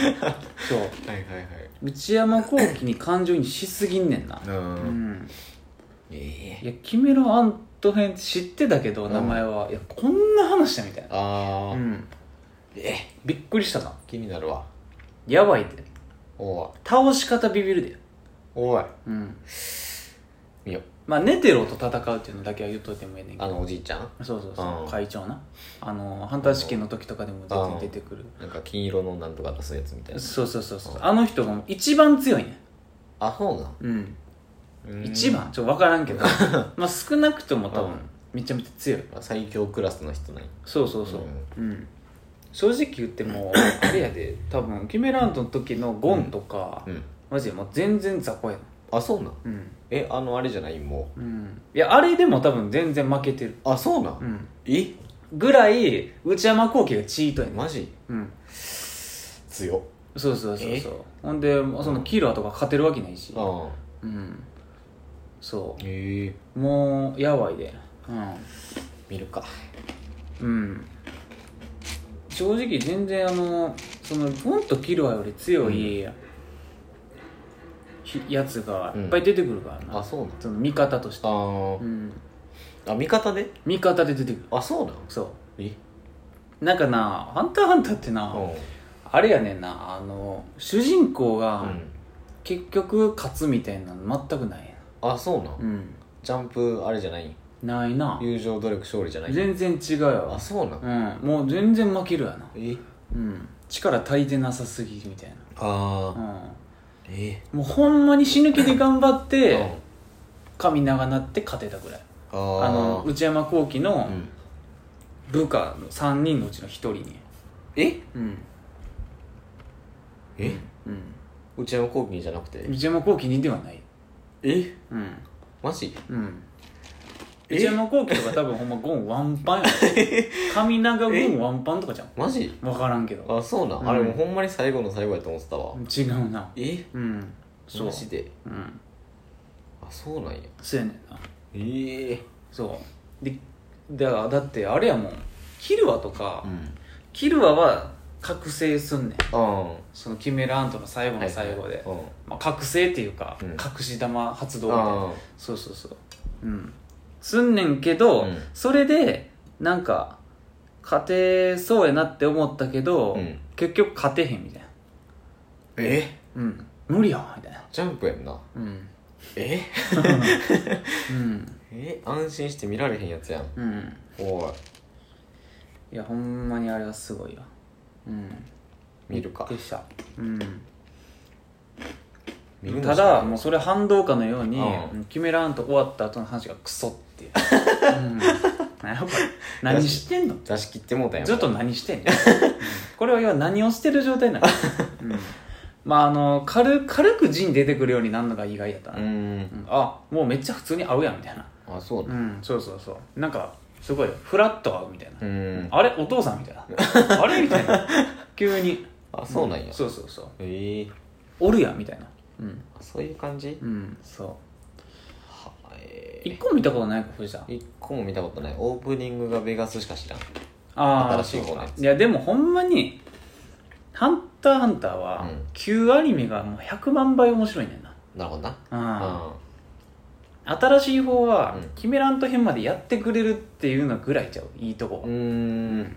S1: 内山昂輝に感情移入しすぎんねんな
S2: う
S1: うんん
S2: え
S1: いやキメラアント編知ってたけど名前は、いやこんな話だみたいな
S2: ああ、
S1: うん
S2: え
S1: びっくりしたな
S2: 気になるわ
S1: やばいで
S2: おい
S1: 倒し方ビビるで
S2: おい
S1: うん
S2: 見よ
S1: まあネテロと戦うっていうのだけは言っといてもええねんけ
S2: あ
S1: ど
S2: のおじいちゃん
S1: そうそうそう、
S2: うん
S1: 会長なあのハンター試験の時とかでも全然出てくる、
S2: なんか金色のなんとか出すやつみたいな
S1: そうそうそうそう
S2: うん
S1: あの人が一番強いね
S2: あそうなん
S1: うん、
S2: うーん
S1: 一番ちょっと分からんけ どまあ少なくとも多
S2: う
S1: 分
S2: ん
S1: めちゃめちゃ強い
S2: 最強クラスの人ない
S1: そうそうそううん、正直言ってもあれやで多分キメラントの時のゴンとか、
S2: うん
S1: マジでもう全然雑魚や
S2: あそうなん
S1: なうん
S2: えあのあれじゃないも
S1: うんいやあれでも多分全然負けてる
S2: うあそうなん、
S1: うん
S2: え
S1: ぐらい内山昂輝がチートやねん
S2: マジ
S1: うん
S2: 強
S1: そうそうそう
S2: え
S1: そうほんでそのキラーとか勝てるわけないし
S2: ああ
S1: うんそ
S2: へえ
S1: うもうやばいでうん
S2: 見るか
S1: うん正直全然あのそのゴンとキルアより強い、ひやつがいっぱい出てくるからな、
S2: あそうなん
S1: その味方として、
S2: あ
S1: う
S2: ー
S1: ん、
S2: あ味方で
S1: 味方で出てくる
S2: あそうなん
S1: そ
S2: え
S1: うなんかな「ハンターハンター」ってな、
S2: う
S1: あれやねんなあの主人公
S2: んう
S1: が
S2: ん
S1: 結局勝つみたいなの全くないや
S2: あそうなん
S1: なうん
S2: ジャンプあれじゃない
S1: ないな
S2: 友情努力勝利じゃない
S1: 全然違うよ
S2: あそうなん
S1: うんもう全然負けるやな
S2: え
S1: うん力足りてなさすぎみたい
S2: ああ
S1: な
S2: え
S1: うんもうほんまに死ぬ気で頑張っ
S2: え
S1: て神長なって勝てたぐらい
S2: あー
S1: あの内山昂輝の
S2: うん
S1: 部下の3人のうちの1人に
S2: え
S1: うん
S2: え
S1: うん
S2: 内山聖輝じゃなくて
S1: 内山聖輝にではない
S2: え
S1: うん
S2: マジ
S1: うん
S2: え
S1: 内山聖輝とか多分ほんまゴンワンパ ンやろ髪長ゴンワンパンとかじゃん
S2: マジ
S1: 分からんけど
S2: あそうな、
S1: うん
S2: あれもうほんまに最後の最後やと思ってたわ、
S1: 違うな
S2: え
S1: うんそう
S2: マジで
S1: うん
S2: あそうなんや
S1: そうやねんな
S2: ええ
S1: そうでだからだってあれやもんキルアとか、
S2: うん
S1: キルアは覚醒すんねん
S2: あ
S1: そのキメラアントの最後の最後で、
S2: うんうん
S1: まあ、覚醒っていうか、
S2: うん
S1: 隠し玉発動みたいな
S2: あ
S1: そうそうそううんすんねんけど、
S2: うん
S1: それでなんか勝てそうやなって思ったけど、
S2: うん
S1: 結局勝てへんみたいな
S2: え
S1: うん無理やわみたいな
S2: ジャンプやんな
S1: うん
S2: え
S1: うん
S2: え安心して見られへんやつやん
S1: うん
S2: おい
S1: いやほんまにあれはすごいわうん
S2: 見るか
S1: でしたうん
S2: 見るの
S1: た
S2: しか
S1: だ
S2: ない
S1: もうそれ反動かのように、
S2: う
S1: キメラアント終わった後の話がクソっていう、うん、何 やこれ何してんの
S2: 出し切ってもうたやん
S1: ずっと何してんのこれは要は何をしてる状態なの、うんまああの軽軽く字に出てくるようになるのが意外やったな、
S2: う
S1: うん
S2: ん
S1: あもうめっちゃ普通に合うやんみたいな
S2: あそう
S1: う
S2: だ
S1: んそうそうそうなんかすごいフラッと合うみたいな、
S2: うん
S1: あれお父さんみたい なあれみたいな急に
S2: あそうなんや
S1: そうそうそう
S2: ええ
S1: おるやんみたいなうん
S2: あそういう感じ
S1: うんそう
S2: はえ
S1: 一個も見たことないか藤田
S2: ー一個も見たことないオープニングがベガスしか知らん
S1: ああ
S2: 新しい方のやつ
S1: いやでもほんまに「ハンターハンター」は
S2: うん
S1: 旧アニメがもう100万倍面白いねんな
S2: なるほどな
S1: あ
S2: あ
S1: 新しい方は、
S2: うん
S1: キメラント編までやってくれるっていうのぐらいちゃういいとこ、
S2: うーん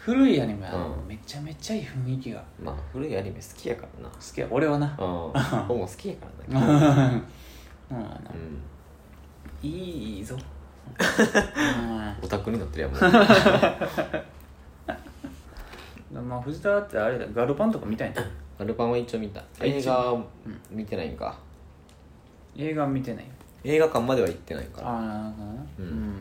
S1: 古いアニメは、
S2: うん
S1: めちゃめちゃいい雰囲気が好
S2: まあ古いアニメ好きやからな
S1: きや俺はな、
S2: うん僕も好きやか
S1: う
S2: ら
S1: ん
S2: な
S1: うん
S2: うん
S1: いいぞ、
S2: オタクになってるやんもう
S1: うん、 まあ藤田ってあれだガルパンとか見たいな
S2: アルパンは一応見た
S1: あ
S2: 映
S1: 一
S2: 画見てないんか
S1: 映画見てない
S2: 映画館までは行ってないから
S1: ああなるほどな
S2: う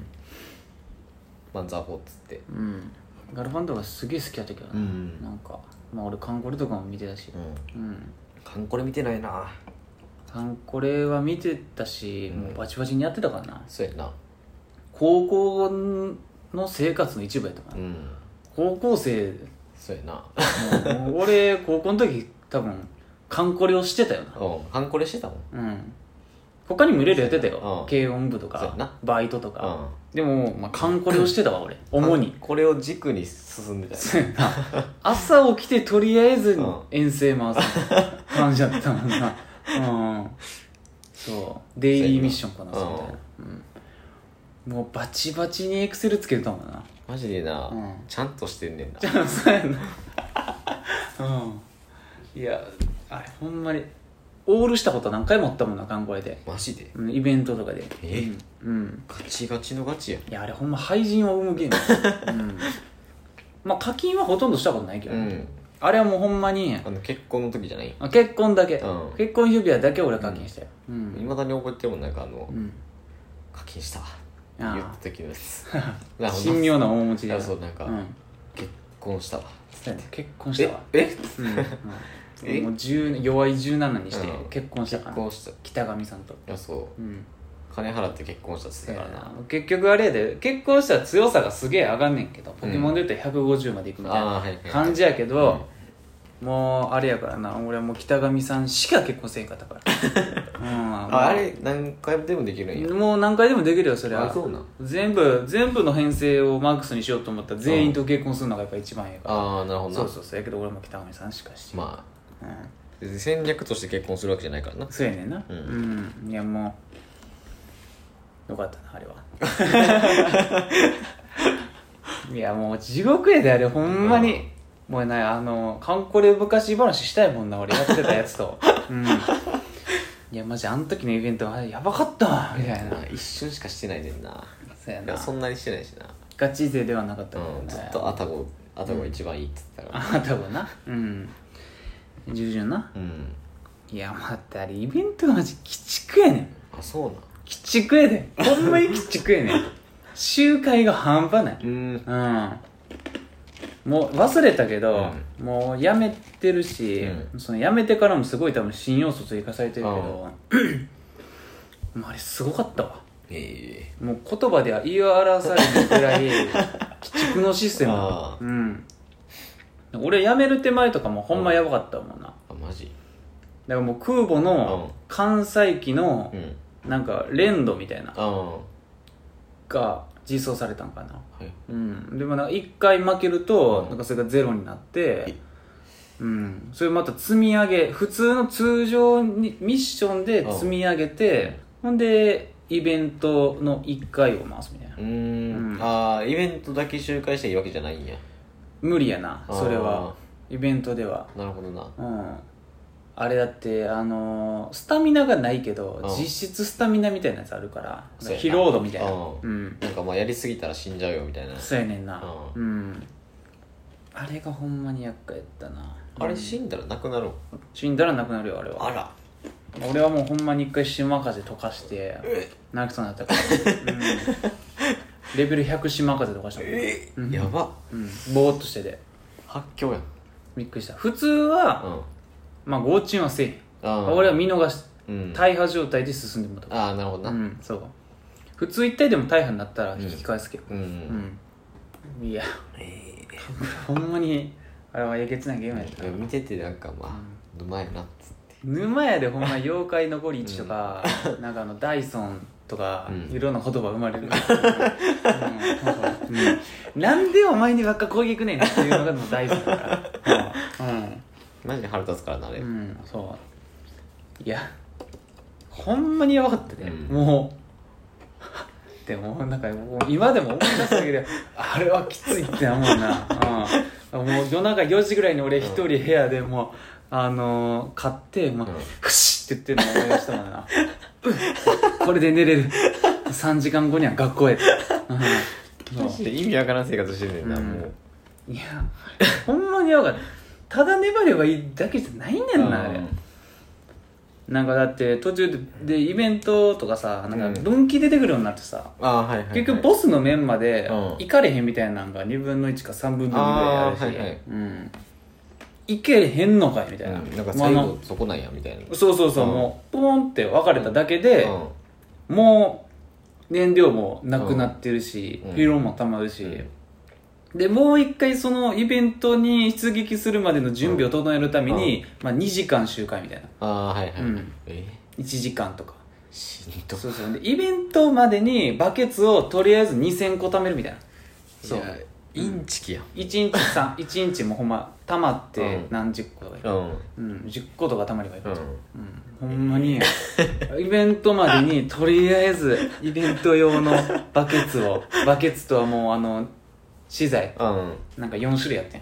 S2: マンザーフォーっつって
S1: うん、うんガルパンとかすげえ好きやったけどな、
S2: ん
S1: なんかまあ俺カンコレとかも見てたし
S2: うん
S1: うん
S2: カンコレ見てないな
S1: カンコレは見てたし、
S2: うん
S1: もうバチバチにやってたからな
S2: そうやな
S1: 高校の生活の一部やとか
S2: う
S1: な、
S2: ん
S1: 高校生
S2: そうやな
S1: もう俺高校の時多分カンコレをしてたよな
S2: うんカンコレしてたもん
S1: うん他にもいろいろやってたよ
S2: うん
S1: 軽音部と
S2: そうやな
S1: かバイトと
S2: う
S1: か
S2: ん
S1: でも、まあ、カンコレをしてた わ俺主に
S2: これを軸に進んでたよ
S1: そうやな朝起きてとりあえず
S2: うん
S1: 遠征回す感じだったもんなうんそうデイリーミッションかな
S2: そう
S1: そ
S2: や
S1: れみ
S2: な
S1: たいな、うん、もうバチバチにエクセルつけてたもんな
S2: マジでな、
S1: うん
S2: ちゃんとしてんねんな
S1: じゃあそうやなうんいやあれほんまにオールしたこと何回もあったもんな観光で、
S2: マジで
S1: うん、イベントとかで
S2: え
S1: うん、うん
S2: ガチガチのガチや
S1: いやあれほんま廃人を生むゲーム、うん、まあ課金はほとんどしたことないけど、
S2: うん
S1: あれはもうほんまに
S2: あの結婚の時じゃない
S1: あ結婚だけ、
S2: うん
S1: 結婚指輪だけ俺課金したようん、
S2: いまだに覚えてるもんなんかあの、
S1: うん
S2: 課金したわ
S1: ああ
S2: 言った時のやつ な
S1: 神妙な面持ち
S2: い
S1: で
S2: やそうなんか、
S1: うん
S2: 結婚したわ
S1: そうやね結婚したわ
S2: ええ
S1: うん
S2: え
S1: うんもう10弱い17にして
S2: うん
S1: 結婚したか
S2: 結
S1: ら
S2: 婚したい
S1: 北上さんと
S2: やそう
S1: うん
S2: 金払って結婚したっつって
S1: せや
S2: たからな
S1: な結局あれやで結婚したら強さがすげえ上がんねんけどポケモンで言うと150までいくみたい
S2: ああ
S1: な
S2: はいはい
S1: 感じやけど、もうあれやからな俺はもう北上さんしか結婚せえへんかった からうん
S2: ああれ何回でもできるんや
S1: もう何回でもできるよそれは
S2: あそうなん
S1: 全部全部の編成をマックスにしようと思ったら全員と結婚するのがやっぱ一番ええから、
S2: ああなるほどな
S1: そうそうそうやけど俺も北上さんしかして、
S2: ま
S1: うん、
S2: あ別に戦略として結婚するわけじゃないからな
S1: そうやねんな
S2: う
S1: うんん、いやもうよかったなあれは いやもう地獄やであれほんまに、もうねあのカンコレ昔話したいもんな俺やってたやつ とうんいやマジあの時のイベントはやばかったわみたいな
S2: まあ一瞬しかしてないねんな
S1: そうや
S2: いや
S1: な
S2: そんなにしてないしな
S1: ガチ勢ではなかったけど
S2: う
S1: ね
S2: んずっとアタゴアタゴ一番いいって言ってたから
S1: あ多分なうん従順な
S2: うん
S1: いや待ってあれイベントがマジ鬼畜やねん
S2: あそうなん
S1: 鬼畜やでほんまに鬼畜やねん周回が半端ない
S2: うん
S1: うんもう忘れたけど、もうやめてるし、
S2: う
S1: そのやめてからもすごい多分新要素追加されてるけど、 もうあれすごかったわ
S2: ええ
S1: もう言葉では言い表されないぐ らい鬼畜のシステム
S2: あー
S1: うん俺辞める手前とかもほんまやばかったもんな、だか
S2: あマジ
S1: らもう空母の関西機の
S2: うん
S1: なんか連度みたいな
S2: ああは
S1: が実装されたんかないうん、でもなんか1回負けると
S2: うん
S1: なんかそれがゼロになって、うん、それまた積み上げ普通の通常にミッションで積み上げて、ほんでイベントの1回を回すみたいな
S2: うー
S1: うん
S2: んああイベントだけ周回していいわけじゃないんや
S1: 無理やなそれは
S2: あ
S1: イベントでは
S2: ーなるほどな
S1: うんあれだってあのースタミナがないけど
S2: うん
S1: 実質スタミナみたいなやつあるから
S2: そうやな
S1: 疲労度みたいな
S2: うん
S1: うん
S2: なんかまあやりすぎたら死んじゃうよみたいな
S1: そうやねんな
S2: う
S1: うんあれがほんまに厄介やったな
S2: あれ死んだらなくなるん
S1: 死んだらなくなるよあれは
S2: あら
S1: 俺はもうほんまに一回島風溶かして泣きそうになったから、うんレベル100島風溶かしたもん、うん
S2: やば
S1: うん、ぼーっとしてて
S2: 発狂やん
S1: びっくりした普通は、
S2: うん
S1: まあ合鎮はせえへん
S2: あー
S1: 俺は見逃し
S2: うん
S1: 大破状態で進んでもとか
S2: ああなるほど
S1: う
S2: なん
S1: そう普通一体でも大破になったら引き返すけど
S2: う
S1: うんん、いや、ほんまにあれはえげつないゲームやった
S2: でも見ててなんかまあうまいなっつって
S1: 沼屋でほんま妖怪残り1とか、なんかあのダイソンとか、
S2: うん
S1: いろんな言葉生まれる、うんうんなんでお前にばっか攻撃くねんっていうのがもうダイソンだ からうん、
S2: マジで腹立つからなあれ
S1: うんそういやほんまにやばかったね、
S2: うん
S1: もう でもなんかもう今でも思い出すだけで あれはきついって思うな、うん、もう夜中4時ぐらいに俺一人部屋でもうあのー、買って、まあ
S2: うん
S1: ふしって言ってるの思い出したもんな うんこれで寝れる3時間後には学校へ、うんそう
S2: マジで意味わからん生活してんねんな
S1: うん
S2: もう
S1: いやほんまによかったただ粘ればいいだけじゃないねんなあれなんかだって途中ででイベントとかさなんか
S2: うん
S1: 分岐出てくるようになってさ、
S2: ああはいはいはい
S1: 結局ボスの面まで
S2: うん
S1: 行かれへんみたいなのが2分の1か3分の2ぐらいあるし
S2: あーはいはい
S1: うん、行けへんのかいみたいな,、
S2: うんな
S1: も
S2: んか
S1: うあ
S2: 最
S1: の
S2: 後そこなんやみたいな
S1: そうそうそう、
S2: うん
S1: もうポーンって分かれただけで、
S2: う
S1: もう燃料もなくなってるし、
S2: うん
S1: 疲労も溜まるし、
S2: うん
S1: でもう一回そのイベントに出撃するまでの準備を整えるために、まあ、2時間周回みたいな
S2: ああはいはい、
S1: うん
S2: え
S1: 1時間とか
S2: しんど
S1: そうそうでイベントまでにバケツをとりあえず2000個貯めるみたいなそう
S2: いやインチキやん
S1: 1日3一日もほん ま溜まって
S2: うん
S1: 何十個とかいく、
S2: うん
S1: うん10個とか溜まればいい、
S2: うん
S1: うん、ほんまに イベントまで にとりあえずイベント用のバケツをバケツとはもうあの資材
S2: うん
S1: なんか4種類やってん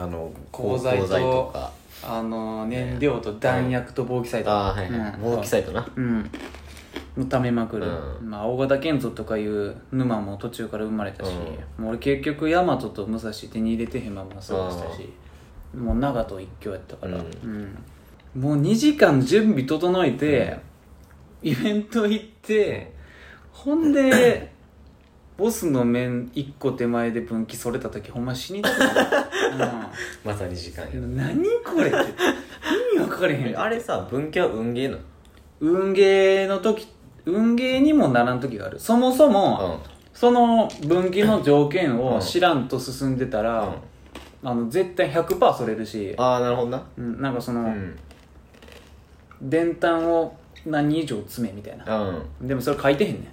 S2: あの
S1: 鋼材と
S2: 鋼とか
S1: あの燃料と弾薬と防気サイト
S2: ああはいはい
S1: うん
S2: 貿易サイトな
S1: うんのためまくる、
S2: う
S1: まあ、大型建造とかいう沼も途中から生まれたし、
S2: う
S1: もう俺結局大和と武蔵手に入れてへんまま過ごしたしもう長門一強やったから、
S2: うん
S1: うんもう2時間準備整えて、イベント行って、ほんでボスの面1個手前で分岐それた時ほんま死にたく なる、
S2: まさに時間
S1: うん、何これって意味わかれへん
S2: あれさ分岐は運ゲーなの
S1: 運ゲーの時運ゲーにもならん時があるそもそも、その分岐の条件
S2: う
S1: を
S2: ん
S1: 知らんと進んでた
S2: うん
S1: ら、あの絶対100%それるし
S2: ああなるほどな
S1: うんなんかそうの、
S2: ん
S1: 伝端を何以上詰めみたいな
S2: あ
S1: でもそれ書いてへんね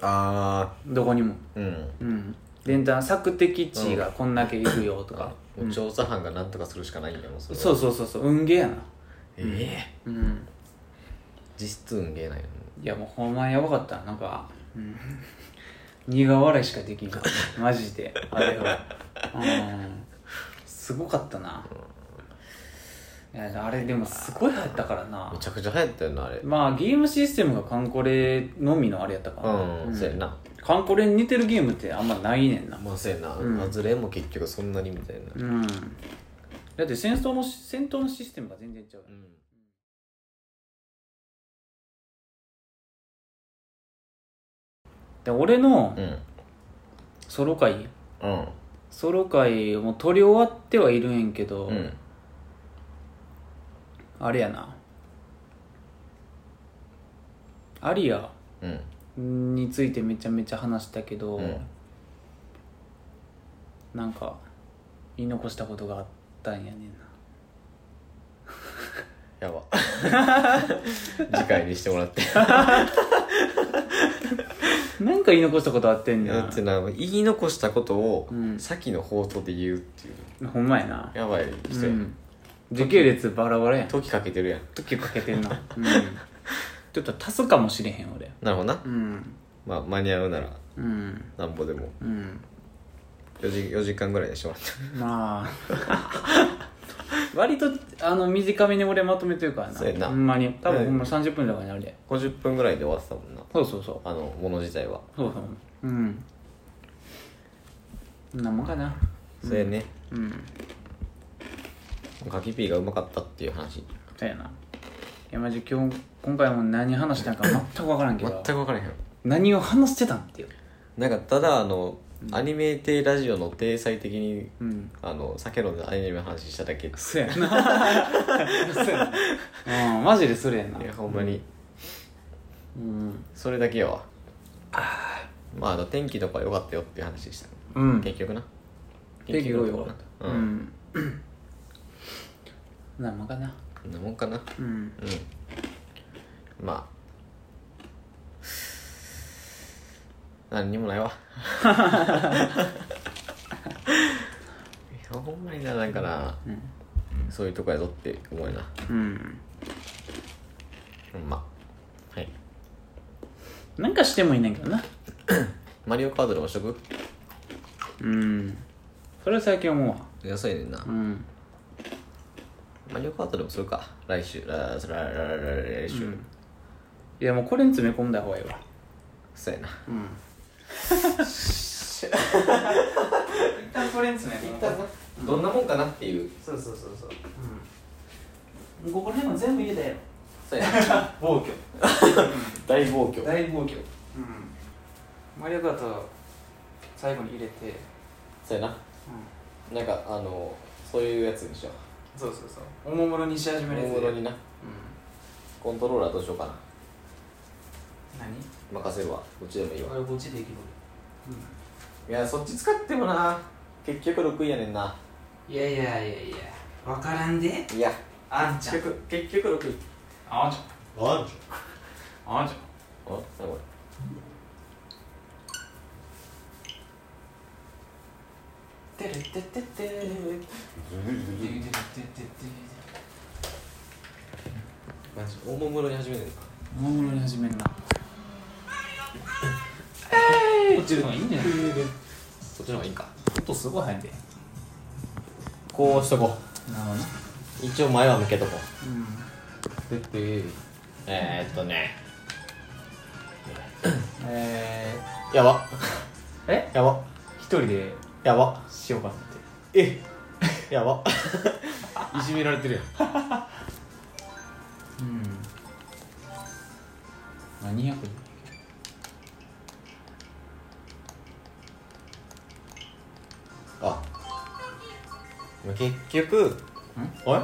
S2: あ
S1: んどこにも
S2: ーうん
S1: うん伝端索敵地がこんだけいくよとか、
S2: もう調査班が何とかするしかないんだもんそれは
S1: そうそうそうそう運ゲーやな
S2: ええ
S1: うん
S2: 実質運ゲーなんや
S1: いやもうほんまやばかったなんか、うん、苦笑いしかできんかったマジであれはうんすごかったないやあれでもすごい流行ったからな
S2: めちゃくちゃ流行ったよなあれ
S1: まあゲームシステムがカンコレのみのあれやったから、
S2: うんそうやな
S1: カンコレに似てるゲームってあんまないねんな
S2: まあそうやな
S1: うん
S2: 外れも結局そんなにみたいな
S1: うんだって戦争の戦闘のシステムが全然違う
S2: うん
S1: で俺の
S2: うん
S1: ソロ会
S2: うん
S1: ソロ会も撮り終わってはいるんやけど、
S2: うん
S1: あれやなアリア
S2: うん
S1: についてめちゃめちゃ話したけど、
S2: うん
S1: なんか言い残したことがあったんやねんな
S2: やば 次回にしてもらって
S1: なんか言い残したことあってん
S2: い
S1: ね
S2: や
S1: ん
S2: だってな言い残したことを
S1: うん
S2: 先の放送で言うっていう
S1: ほんまやな、
S2: やばい人
S1: う
S2: や
S1: ん、時系列バラバラやん
S2: 時かけてるやん
S1: 時かけてんな、うん、ちょっと足すかもしれへん俺
S2: なるほどな
S1: うん
S2: まあ間に合うなら
S1: うん
S2: なんぼでも
S1: うん
S2: 4時 ,4 時間ぐらいにしてもらって
S1: まあ 割とあの短めに俺まとめてるからな
S2: そうやな
S1: ほんまに多
S2: う
S1: 分
S2: ん
S1: ほんま30分だからねあれ
S2: 50分ぐらいで終わってたもんな
S1: そうそうそう
S2: あのもの自体は
S1: そうそううんそんなもんかな
S2: それね
S1: うん
S2: ガキピーがうまかったっていう話
S1: そうやな山地今日今回も何話したんか全く分からんけ
S2: 全
S1: ど
S2: く分からへん
S1: 何を話してたんっていう
S2: なんかただあのアニメーラジオの体裁的に
S1: うん
S2: あの酒飲んでアニメの話しただけい
S1: そうやなそうやなうんマジでそれやな
S2: やほんまに
S1: うん
S2: それだけやわまああの天気とか良かったよっていう話でした
S1: うん
S2: 結局な
S1: 天気良いわ
S2: う
S1: うんんなんもんかな
S2: そんなもんかな
S1: うん
S2: うんまあ何にもないわ いやほんまにななんかな、
S1: うん
S2: そういうとこやぞって思うな
S1: うん
S2: ほんまはい
S1: なんかしてもいいねんけどな
S2: マリオカードでもしとく
S1: うんそれは最近思うわ
S2: いやそうやねんな、
S1: うん
S2: マリオカードでもするか来週あそらららら来週、
S1: いやもうこれに詰め込んだ方がいいわ
S2: そうやな
S1: うん一旦これに詰め
S2: どんなもんかなっていう
S1: そうそうそうそううんここら辺も全部入れたやろ
S2: そうやな
S1: 暴挙
S2: 大暴挙
S1: 大暴挙うんマリオカート最後に入れてうん
S2: そうやななんかあのそういうやつにしよ
S1: そうそうそうおもむろにし始
S2: う
S1: めるやつ
S2: 大物にな
S1: うん
S2: コントローラーどうしようかな
S1: 何
S2: 任せるわどっちでもいいわ
S1: 俺こっちできる
S2: いやそっち使ってもな結局6位やねんない
S1: やいやいやいや分からんで
S2: いや
S1: あんちゃ
S2: 結
S1: ん
S2: 局結局6位
S1: あんち
S2: あんじ
S1: ゃんあんち
S2: ゃんあ何こ
S1: ゃんてれてててて
S2: れマジ大物に始める
S1: おもむろに始めるなこっちでもいいんじゃない
S2: そっちの方がいいか
S1: 音すごい入って
S2: こうしとこ
S1: なるほどな
S2: う一応前は向けとこ
S1: うん
S2: うでってえー、っとね
S1: え
S2: やば
S1: ー、え
S2: やば
S1: 一人で
S2: やば
S1: しようかって
S2: え やば いじめられてるやん
S1: うんまあ200
S2: あ結局おい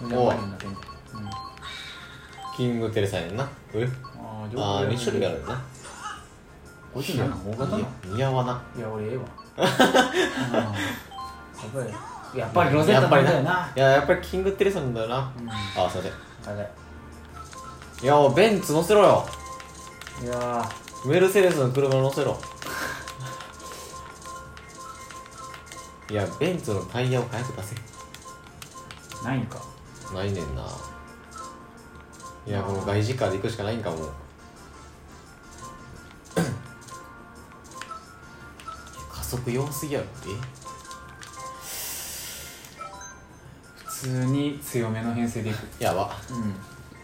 S1: 人お
S2: おう
S1: おになってんだようん
S2: キングテレサやねんなえ
S1: あー
S2: ああ2種類あ
S1: る
S2: るな
S1: こっちなん大型なの
S2: 似合わない
S1: や俺ええわうんやっぱりやっぱりロゼッ
S2: や
S1: タ
S2: っぱり
S1: だよない
S2: ややっぱりキングテレサなんだよな、
S1: うん
S2: ああすいません
S1: あれ
S2: いやベンツ乗せろよ
S1: いや
S2: メルセデスの車乗せろいやベンツのタイヤを早く出せ
S1: ーないんか
S2: ないねんな。いやこの外事カーで行くしかないんかもう 加速弱すぎやろえ
S1: 普通に強めの編成でいく
S2: やば
S1: う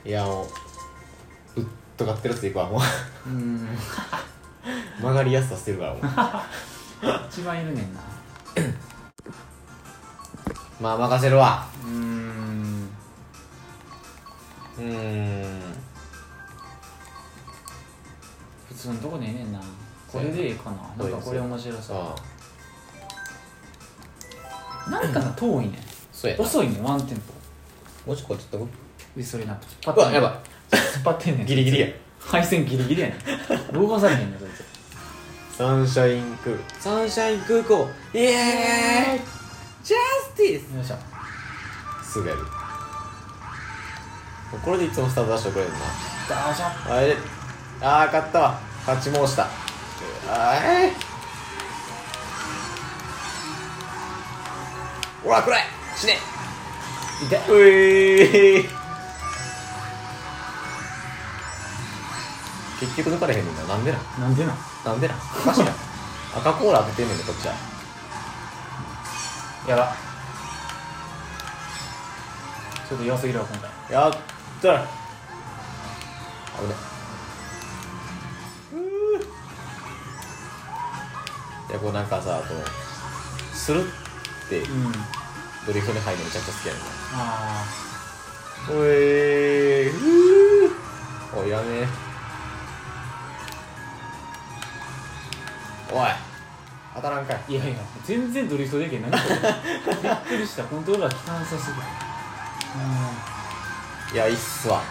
S2: いやもうぶっとがってるやつで行くわもう
S1: んうん
S2: 曲がりやすさしてるから もう
S1: 一番いるねんな
S2: まあ任せるわ
S1: うーん
S2: うーん
S1: 普通のとこでええねんなこれでいいかななんかこれ面白そ
S2: さあ
S1: うなんかが遠いね
S2: そうやな
S1: 遅いねワンテンポ
S2: もうちょっとこっち行っ
S1: でそれなんか
S2: と
S1: 突
S2: くうわやばい
S1: ば突っ張ってんねん
S2: ギリギリや
S1: 配線ギリギリやねん動かされへんねんそいつ
S2: サンシャイン空サンシャイン空港イエーイジャスティ
S1: よいしょ
S2: スすぐやるこれでいつもスタート出してくれるな
S1: ガシャ
S2: あれああ勝ったわ勝ち申したあえほら暗い死ね
S1: 痛いう
S2: えー結局抜かれへんねんななんでなん
S1: なんでなん
S2: なんでなんおかしいな赤コーラ当ててんねんでこっちは
S1: やばちょっと弱すぎるわ今回
S2: やったら危ねうーいやこうなんかさこうスルって
S1: うん
S2: ドリフトに入るのめちゃくちゃ好きやねんな
S1: あ
S2: おえーおいやめおい当たらんかい
S1: あいやいや全然ドリフトできへん何これびっくりしたコントローラー汚さすぎる
S2: いやいいっすわ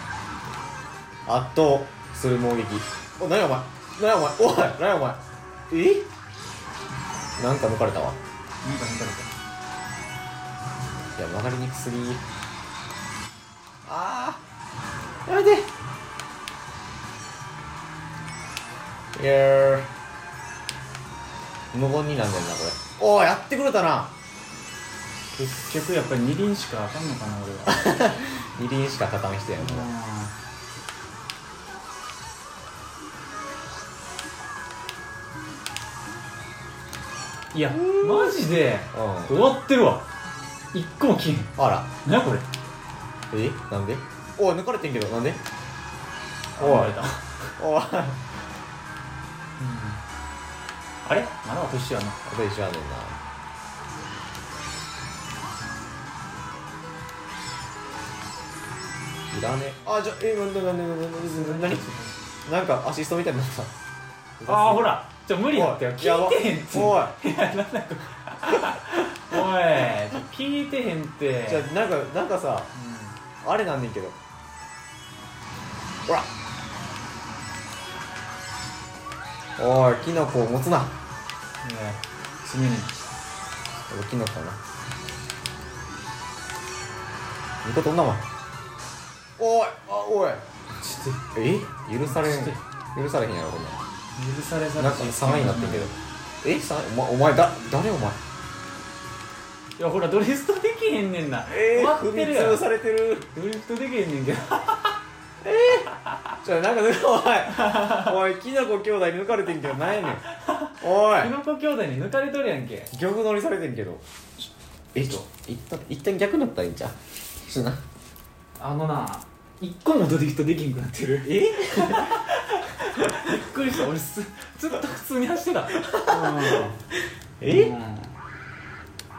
S2: 圧倒する猛撃お何やお前何やお前おい何やお前えなんか抜かれたわ
S1: うんなんか抜かれた
S2: いや曲がりにくすぎああやめていやー無言になんねんなこれおおやってくれたな
S1: 結局やっぱり二輪しかあかんのかな俺は
S2: 二輪しか勝たん人やんもう
S1: いやマジで
S2: う
S1: 終わってるわ一個も切ん
S2: んあら
S1: 何やこれ
S2: えなんでおい抜かれてんけどなんで
S1: あ
S2: お
S1: 抜か
S2: い
S1: れた
S2: おい
S1: あれまだ私やな
S2: 俺一緒やねんないらねあじゃえなんでなんでなんでなんで何なんかアシストみたいになった
S1: ああほらちょ無理やってよ
S2: おい
S1: 聞いてへんっていや
S2: やば
S1: なんだこれおいちょ聞いてへんって
S2: じゃあなんかなんかさ
S1: う
S2: あれなんねんけどほらおいキノコを持つなん
S1: ね次に
S2: 俺キノコかなニコ飛んだもんおいあおい
S1: ちょっ
S2: え許され
S1: ちょっ
S2: ん許されへんやろこんなん
S1: と許されざる
S2: なんか3位になってんけどえ三3位お前お前だ誰お前
S1: いやほらドリフトできへんねんな、終わってるやん
S2: されてる
S1: ドリフトできへんねんけど
S2: ちょなんかお前おいキノコ兄弟抜かれてんけどなんやねんおい
S1: キノコ兄弟に抜かれとるやんけ
S2: 逆乗りされてんけどえちょ一旦一旦逆なったらいいんちゃうちょな
S1: あのな一個もドリフトできんくなってるえ びっくりした俺すずっと普通に走ってた
S2: え
S1: うん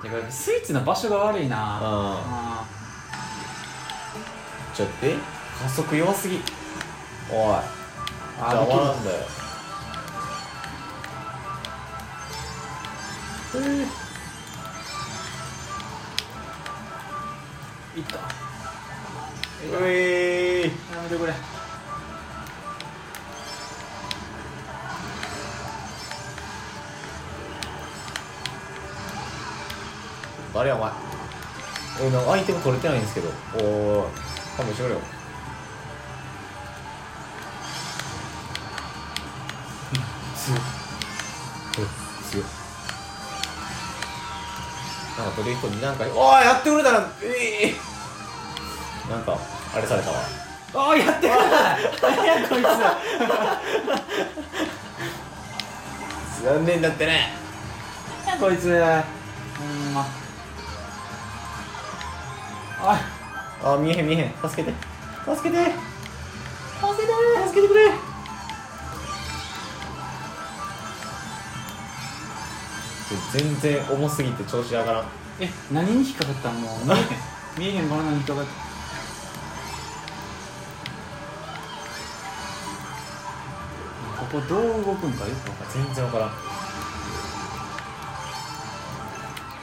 S1: てかスイッチの場所が悪いな
S2: あ
S1: うん
S2: ちょっとえ加速弱すぎおい
S1: あ
S2: 邪
S1: でき
S2: 魔
S1: る
S2: なんだよ
S1: いった
S2: うえ
S1: やめてくれ
S2: 誰やお前俺のアイテム取れてないんですけどおお勘弁してくれよ
S1: 強い
S2: 強い強いなんかドリフトになんかおいやってくれたらええなんかあれされたわ
S1: ああやってくれない何やこいつ
S2: 残念だってね
S1: 何やこいつほんまあ
S2: あ見えへん見えへん助けて助けて助けて助けてくれ全然重すぎて調子上がらん
S1: え何に引っかかったんもう見えへん見えへんバナナに引っかかったここうどう動くんかよく分か
S2: 全然わからん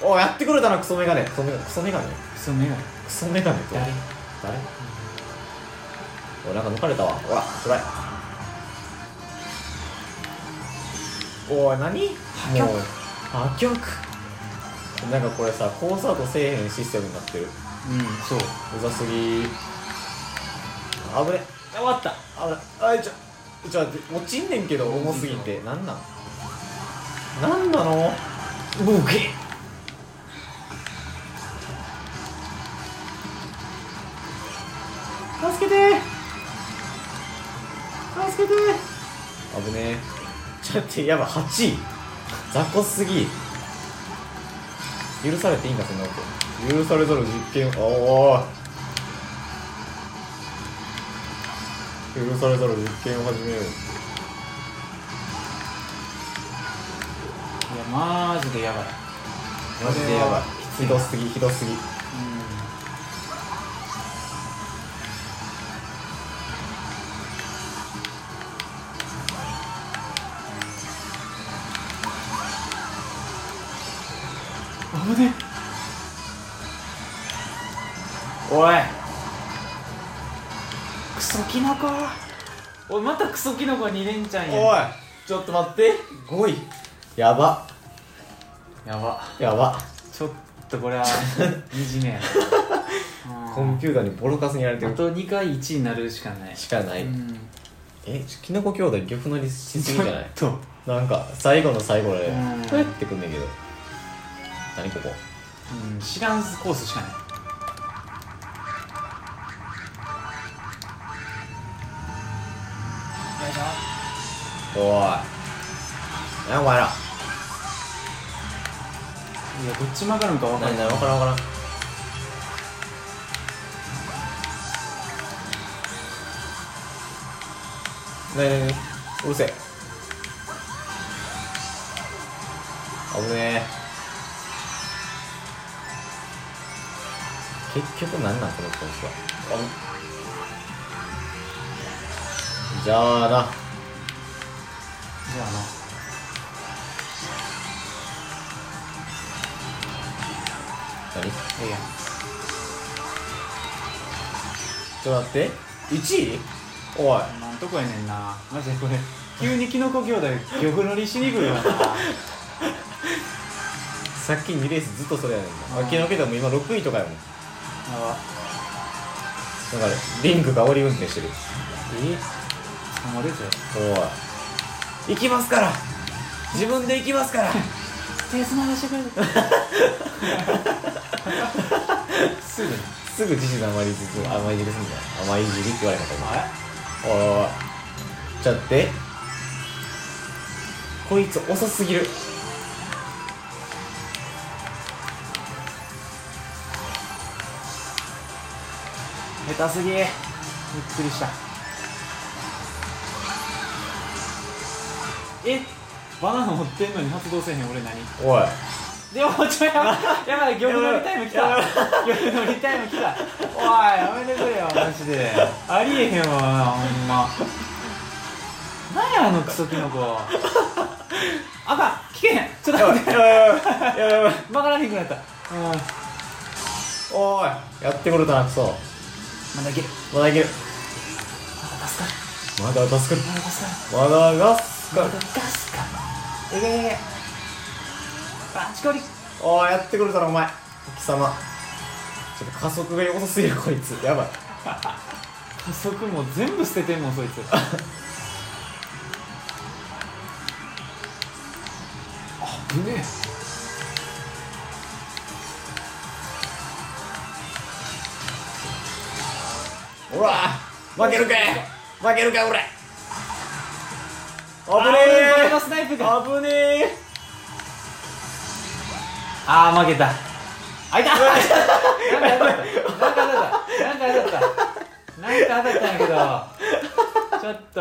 S2: おやってくれたなクソメガネクソメガネクソメガネ
S1: るその目が
S2: クソメガネと
S1: 誰
S2: 誰おなんか抜かれたわほらつらいおい何
S1: 破局
S2: もう破局なんかこれさコンサートせえへんシステムになってる
S1: うんそう
S2: うざすぎあぶね終わったあぶねあいちょちょっと待って落ちんねんけど重すぎてなんなんなんなの
S1: ボケ
S2: 助けて助けて危ねえちょっと待ってやばい8位雑魚すぎ許されていいんだそんなこと許されざる実験おお許されざる実験を始めよ
S1: い
S2: う
S1: やマジでやばい
S2: マジでやばいひどすぎひどすぎ
S1: うん危ねおいクソキノコおいまたクソキノコ2連チャンや
S2: おいちょっと待って5位やば
S1: やば
S2: やば
S1: ちょっとこれ は惨めやな
S2: コンピューターにボロカスにやられて
S1: あ
S2: る
S1: と2回1位になるしかない
S2: しかない、
S1: うん
S2: えきのこ兄弟ギョフ乗りしすぎじゃない
S1: ちょっと
S2: なんか最後の最後で
S1: うん
S2: ふえってくんねんけど何ここ
S1: うん知らんコースしかない
S2: おい何お前ら
S1: いやどっち曲がるんか分かん
S2: 何
S1: ない
S2: 何分からん分からん何何何うるせえ危ねえ結局何なんこのコースはあじゃあな
S1: じゃあない
S2: 何
S1: や
S2: ちょっと待って1位おい
S1: 今んとこやねんなマジでこれ急にキノコ兄弟玉乗りしに くいよな
S2: さっき2レースずっとそれやねん
S1: うん
S2: な昨日けども今6位とかやもんだ
S1: あ
S2: からリンクが煽り運転してる
S1: 捕まるぜ
S2: おい行きますから自分で行きますから
S1: 手繋がしてくれるすぐに
S2: すぐ自身の甘いじりすんじゃん甘いじりすんじゃん甘いじりって言われなかった
S1: あれ
S2: 今おいおいおいちょっと待ってこいつ遅すぎる
S1: 下手すぎびっくりしたえバナナ持ってんのに発動せえへん俺何
S2: おい
S1: でもちょやばいやばい玉乗りタイム来た玉乗りタイム来たおいやめてくれよマジでありえへんわほんま何やあのクソキノコあかん聞けへんちょっと
S2: やば
S1: 待
S2: い
S1: って
S2: やばいやばいやばいやばい
S1: 曲がらへんくなったうんま
S2: おいやってくれたなクソ
S1: だいける
S2: まだいける
S1: まだ助かる
S2: まだ助かる
S1: まだ助かる
S2: まだがすか
S1: ガスかいけいけいけバチコリ
S2: おーやってくれたなお前貴様ちょっと加速が遅すぎるこいつやばい
S1: 加速も全部捨ててんもん そいつあぶね
S2: ほら負けるかい負けるか俺
S1: あー
S2: 危
S1: これ
S2: ね
S1: がスナイプか
S2: え危ねえ
S1: あー負けたあいたなんか当たったなんか当たったなんか当たったなんか当たったんやけどちょっと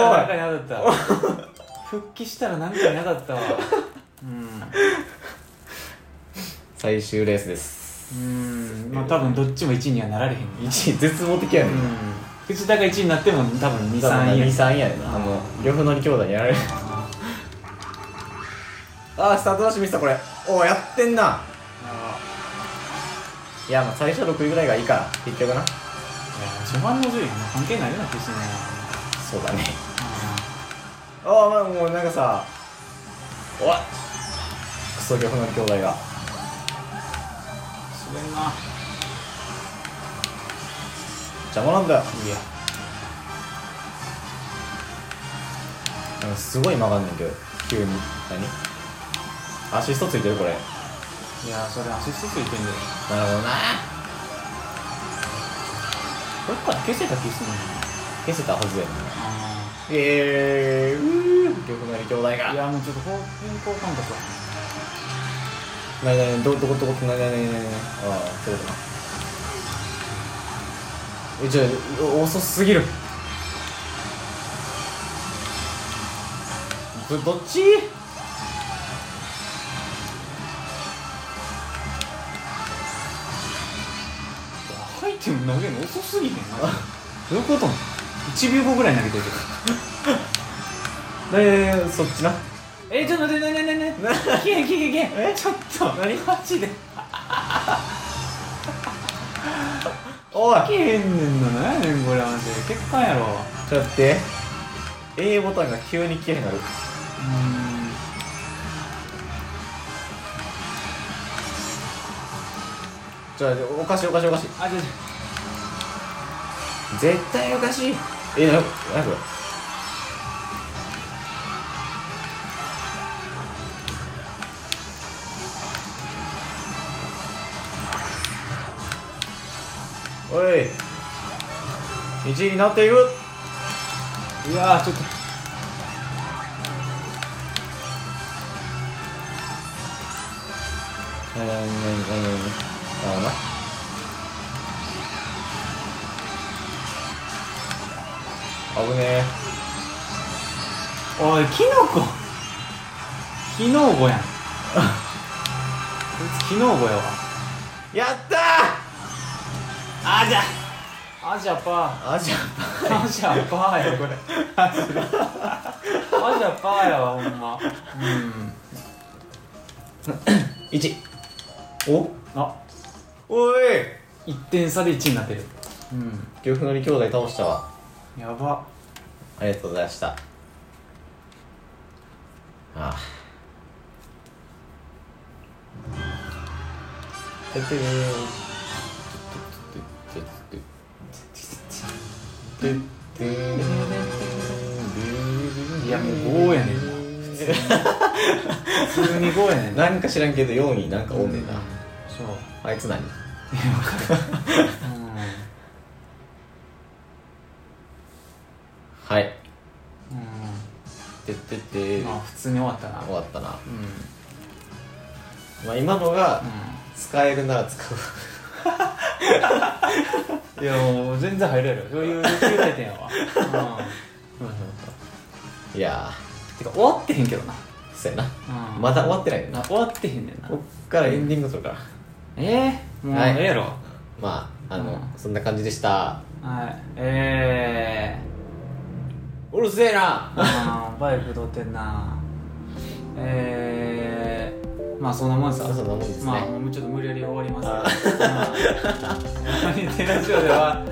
S1: なんか復帰したらなんかに当たった復帰したらなんかに当たったわうん
S2: 最終レースです
S1: うーんまあ多分どっちも1位にはなられへんね
S2: 1位絶望的やねん、
S1: う藤田が1位になっても多分
S2: 多分
S1: 23位や
S2: 二三やでなもう両方乗り兄弟にやられるあースタートダッシュ見せたこれおおやってんないやまあ最初6位ぐらいがいいから結局ない
S1: や序盤の順位は関係ないよな別に
S2: そうだねああまあもうなんかさおいクソ両方乗り兄弟が
S1: それな
S2: 邪魔なんだ
S1: い
S2: よ
S1: や
S2: なんかすごい曲がんねんけど急に何アシストついてるこれ
S1: いやそれアシストついてんだよ
S2: なるほどな
S1: どっかで消せた気するんだよ
S2: 消せたはずだよね
S1: な
S2: ええー、うー横なり兄弟が
S1: いやもうちょっと方向感覚は
S2: なになにどどこどこってなになになにああそうだなえじゃあお遅すぎるこれどっち
S1: アイテム投げるの遅すぎへんなどういうことなの1秒後ぐらい投げてる
S2: えー、そっ ちな
S1: えちょっと待ってねねねね
S2: な
S1: 消え消え消ええちょっと何マジで
S2: おい
S1: 消えへんねんの何やねんこれマジで結果やろう
S2: ちょっと待って A ボタンが急に消えへんな
S1: ー
S2: る
S1: ん
S2: じゃあおかしいおかしいおかしい
S1: あじゃあじゃ
S2: 絶対おかしいえななんこれおい1位になっていく
S1: あいやーちょっと
S2: なになになになになるほどな危ねえ
S1: おいキノコキノボやん こいつキノボやわ
S2: やった
S1: あじゃあじゃパー
S2: ーあじゃ
S1: アジャパーやこれアジャパーやわほんまうん
S2: 1お
S1: あ
S2: おい
S1: 一点差で1になってるうん
S2: 漁夫のり兄弟倒したわ
S1: やば
S2: ありがとうございました。ああ。ててててててててて
S1: いやもう5やねんな普通に5やねんな
S2: なんか知らんけど4位なんかおんねんな。
S1: そう
S2: あいつ何はい。
S1: うん、う
S2: ててて
S1: ん、まあ普通に終わったな
S2: 終わったな。
S1: うん、
S2: まあ今のが
S1: う
S2: 使えるなら使う。
S1: ん、いやもう全然入れるそういう球体点やわ、
S2: いや
S1: うん、てか終わってへんけどな、
S2: ー、そうやな。
S1: うん
S2: まだ終わってないよな
S1: な。終わってへんねんな
S2: こっからエンディングするから。
S1: えー、もう
S2: はい
S1: ええやろ、
S2: まあ、あの、
S1: うん
S2: そんな感じでした。
S1: はい、え
S2: うるせえな
S1: ー、あーバイク通ってんなえー、まあそんなもんさ
S2: そんなもんですね
S1: まあもうちょっと無理やり終わりますけどまあ「テラジオ」では、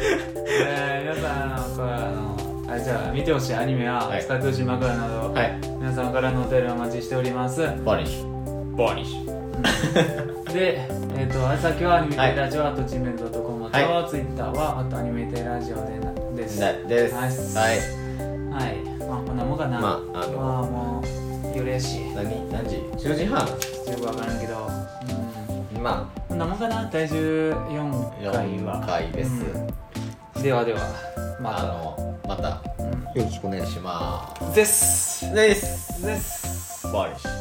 S1: えー、皆さんあのこれあのあじゃあ見てほしいアニメや、
S2: はい
S1: 使ってほしい枕など、
S2: はい。
S1: 皆さんからのお便りお待ちしております
S2: バニッシュ。バニッシュ。
S1: で、えー、と宛先はアニメ
S2: はい
S1: テラジオ、あと地面 .com またはツイッターはあとアニメテラジオでなです
S2: です。
S1: は
S2: はいい。
S1: はい、まあ、こんなもんかな。
S2: まああの
S1: まあもう、嬉しい。
S2: 何何時 ?10 時半
S1: よくわからんけど。うん。
S2: ま
S1: こんなもんかな、第14
S2: 4
S1: 回は。
S2: 回です。
S1: うんではでは、
S2: あ
S1: ま
S2: の、また、
S1: た。うん
S2: よろしくお願いしま
S1: です。
S2: す。です。
S1: です。
S2: バニッシュ。